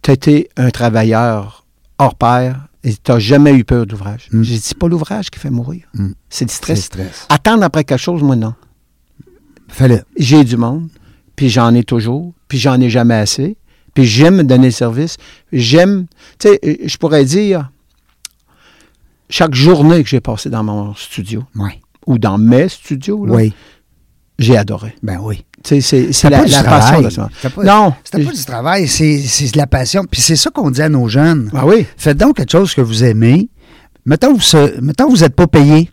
t'as été un travailleur hors pair et t'as jamais eu peur d'ouvrage. Mm. J'ai dit, c'est pas l'ouvrage qui fait mourir, Mm. c'est le Très stress. stress. Attendre après quelque chose, moi non. Fais-le. J'ai du monde, puis j'en ai toujours, puis j'en ai jamais assez, puis j'aime donner le service, j'aime, tu sais, euh, je pourrais dire, je chaque journée que j'ai passée dans mon studio, Oui. ou dans mes studios, là, Oui. j'ai adoré. Ben oui. Tu sais, C'est c'est C'était la, pas du la travail. passion de ça. C'était pas- Non. C'était pas du travail, c'est c'est de la passion. Puis c'est ça qu'on dit à nos jeunes. Ah oui. Faites donc quelque chose que vous aimez. Mettons vous se- mettons vous n'êtes pas payé.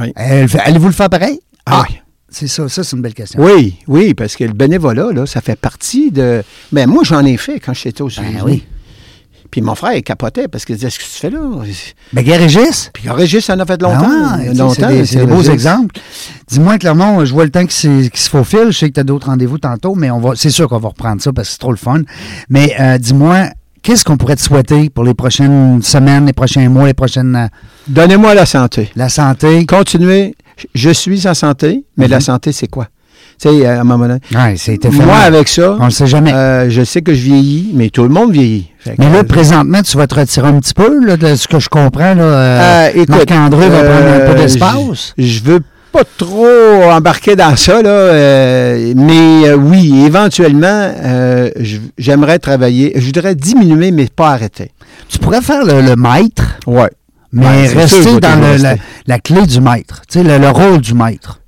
Oui. Euh, Allez-vous le faire pareil? Ah oui. C'est ça, ça c'est une belle question. Oui, oui, parce que le bénévolat, là, ça fait partie de. Mais moi, j'en ai fait quand j'étais au Ben oui. Puis mon frère, il capotait parce qu'il disait Qu'est-ce que tu fais là Ben Guy Régis, Puis Régis, ça en a fait Ah longtemps. ouais, tu sais, longtemps c'est des, c'est des beaux Régis. exemples. Dis-moi, Clermont, je vois le temps qui, s'est- qui se faufile. Je sais que tu as d'autres rendez-vous tantôt, mais on va, c'est sûr qu'on va reprendre ça parce que c'est trop le fun. Mais euh, dis-moi, qu'est-ce qu'on pourrait te souhaiter pour les prochaines semaines, les prochains mois, les prochaines. euh, Donnez-moi la santé. la santé? Continuez. Je suis en santé, mais Mhm. la santé, c'est quoi Tu sais, à un moment donné. Ouais, c'était fait. Moi, avec ça, On le sait jamais. euh, je sais que je vieillis, mais tout le monde vieillit. Fait que, mais euh, là, présentement, tu vas te retirer un petit peu là, de ce que je comprends. Là, euh, Euh, écoute, Marc-André va prendre un peu euh, d'espace. Je je veux pas trop embarquer dans ça, là, euh, mais euh, oui, éventuellement, euh, je- j'aimerais travailler. Je voudrais diminuer, mais pas arrêter. Tu pourrais faire le, le maître, Ouais. mais Ouais, c'est sûr, rester je vais dans toujours le- la, rester. la clé du maître, tu sais, le, le rôle du maître.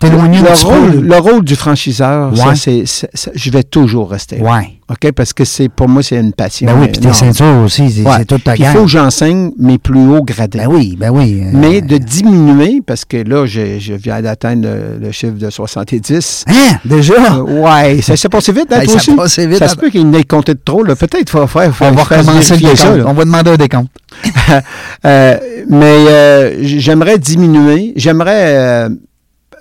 T'éloigner un Le petit peu. rôle, le rôle du franchiseur, ça, Ouais. c'est- c'est- ça, je vais toujours rester. Ouais. OK? Parce que c'est pour moi, c'est une passion. Ben oui, mais puis tes non. ceintures aussi, c'est Ouais. c'est toute ta Puis Il gamme. faut que j'enseigne mes plus hauts gradés. Ben oui, ben oui. euh, Mais de diminuer, parce que là, je, je viens d'atteindre le, le chiffre de 70. Hein, déjà? Euh, ouais, ça s'est passé vite, hein, Hey, toi ça aussi? a passé vite, Ça se hein. peut qu'il n'ait compté de trop, là. Peut-être, faut faire, faut on va faut faire recommencer le vérifier décompte. ça, là. on va demander un décompte. Euh, mais euh, j- j'aimerais diminuer, j'aimerais euh,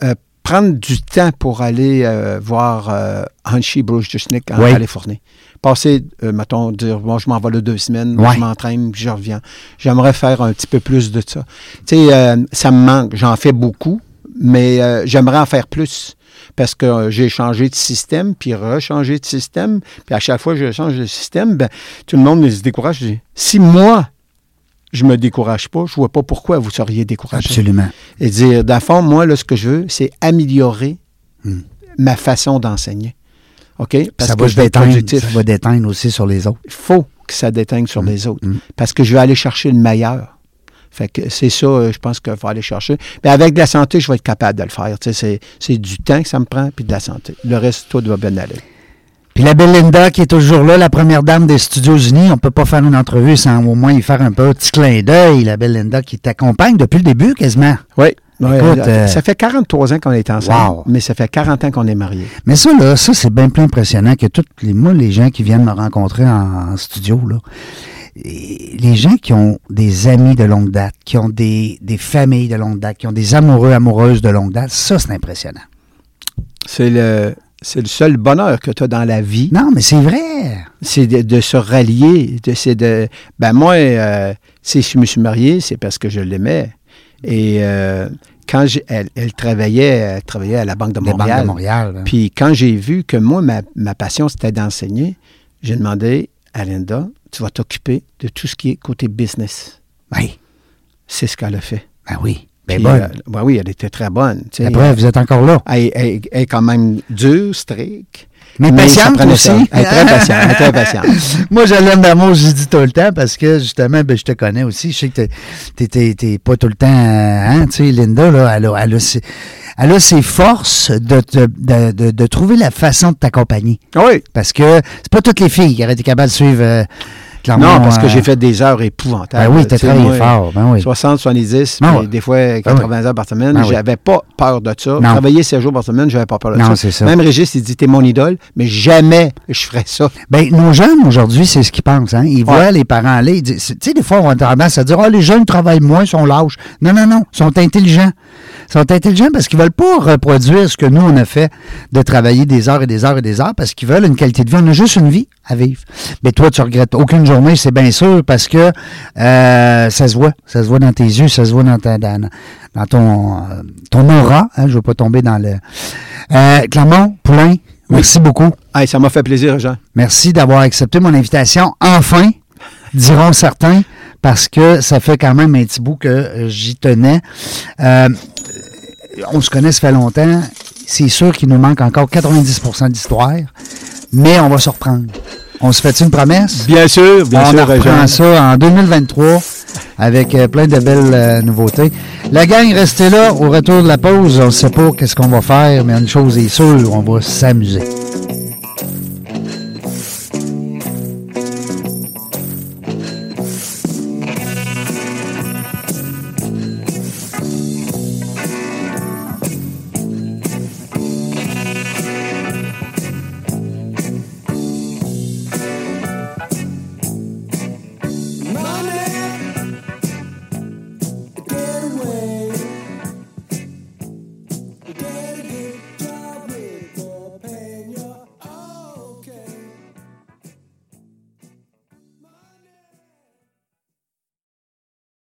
euh, prendre du temps pour aller euh, voir euh, Hanshi Brujdushnik en Oui. Californie. Passer, euh, mettons, dire, bon, je m'en vais là deux semaines, Ouais. je m'entraîne, puis je reviens. J'aimerais faire un petit peu plus de ça. Tu sais, euh, ça me manque, j'en fais beaucoup, mais euh, j'aimerais en faire plus. Parce que euh, j'ai changé de système, puis rechangé de système, puis à chaque fois que je change de système, ben, tout le monde me se décourage. Je dis, si moi, je me décourage pas, je vois pas pourquoi vous seriez découragé. Absolument. Et dire, dans le fond, moi, là, ce que je veux, c'est améliorer ma façon d'enseigner. OK? Hmm. Parce ça que va je vais être déteindre, productif. ça va Hmm. déteindre aussi sur les autres. Il faut que ça déteigne sur les autres. Parce que je vais aller chercher le meilleur. Fait que c'est ça, euh, je pense qu'il faut aller chercher. Mais avec la santé, je vais être capable de le faire. Tu sais, C'est, c'est du temps que ça me prend, puis de la santé. Le reste, tout doit bien aller. Puis la belle Linda qui est toujours là, la première dame des Studios Unis, on peut pas faire une entrevue sans au moins y faire un petit clin d'œil. La belle Linda qui t'accompagne depuis le début quasiment. Oui. Ouais, Écoute, là, euh, ça fait 43 ans qu'on est ensemble, Wow. mais ça fait 40 ans qu'on est mariés. Mais ça, là, ça, c'est bien plus impressionnant que tous les, moi, les gens qui viennent me rencontrer en, en studio, là. Et les gens qui ont des amis de longue date, qui ont des, des familles de longue date, qui ont des amoureux, amoureuses de longue date, ça, c'est impressionnant. C'est le, c'est le seul bonheur que tu as dans la vie. Non, mais c'est vrai. c'est de, de se rallier. De, c'est de, ben moi, euh, si je me suis marié, c'est parce que je l'aimais. Et euh, quand j'ai- elle, elle travaillait, elle travaillait à la Banque de Des Montréal. banques de Montréal. hein. là. Puis quand j'ai vu que moi, ma, ma passion, c'était d'enseigner, j'ai demandé à Linda, tu vas t'occuper de tout ce qui est côté business. Oui, C'est ce qu'elle a fait. ben oui. Ben Puis, bonne. euh, ben oui, elle était très bonne. tu sais. La preuve, vous êtes encore là. Elle, elle- elle est quand même dure, stricte. Mais ça patiente prenait ça. aussi. Elle est très patiente. Elle est très patiente. Moi, je l'aime d'amour, je dis tout le temps, parce que justement, ben, je te connais aussi. Je sais que t'es- t'es- t'es t'es pas tout le temps. euh, Hein, tu sais, Linda, là, elle, a, elle, a ses, elle a ses forces de, te- de, de, de trouver la façon de t'accompagner. Oui. Parce que c'est pas toutes les filles qui auraient été capables de suivre euh, Clermont, Non, parce que euh, j'ai fait des heures épouvantables. Ben oui, Tu t'as sais, travaillé moi, fort. Ben oui. 60, 70, Ben puis ouais. des fois 80 heures par semaine. Ben oui. j'avais pas peur de ça. Non. Travailler 7 jours par semaine, j'avais pas peur de Non, ça. c'est ça. Même Régis, il dit T'es mon idole, mais jamais je ferais ça. Ben, nos jeunes, aujourd'hui, c'est ce qu'ils pensent. Hein? Ils voient Ouais. les parents aller. ils disent- Tu sais, des fois, on a tendance à dire Ah, les jeunes travaillent moins, ils sont lâches. Non, non, non. Ils sont intelligents. Ils sont intelligents parce qu'ils veulent pas reproduire ce que nous, on a fait de travailler des heures et des heures et des heures parce qu'ils veulent une qualité de vie. On a juste une vie à vivre. Mais toi, tu regrettes aucune journée, c'est bien sûr, parce que euh, ça se voit. Ça se voit dans tes yeux, ça se voit dans, ta, dans, dans ton, euh, ton aura. Hein? Je veux pas tomber dans le. Euh, Clermont, Poulain, merci beaucoup. Hey, ça m'a fait plaisir, Jean. Merci d'avoir accepté mon invitation. Enfin, diront certains, parce que ça fait quand même un petit bout que euh, j'y tenais. Euh, on se connaît, ça fait longtemps. C'est sûr qu'il nous manque encore 90 d'histoire, mais on va se reprendre. On se fait une promesse? Bien sûr, bien on sûr, reprend Jean. ça en 2023. avec euh, plein de belles euh, nouveautés. La gang, restez là. Au retour de la pause, on ne sait pas qu'est-ce qu'on va faire, mais une chose est sûre, on va s'amuser.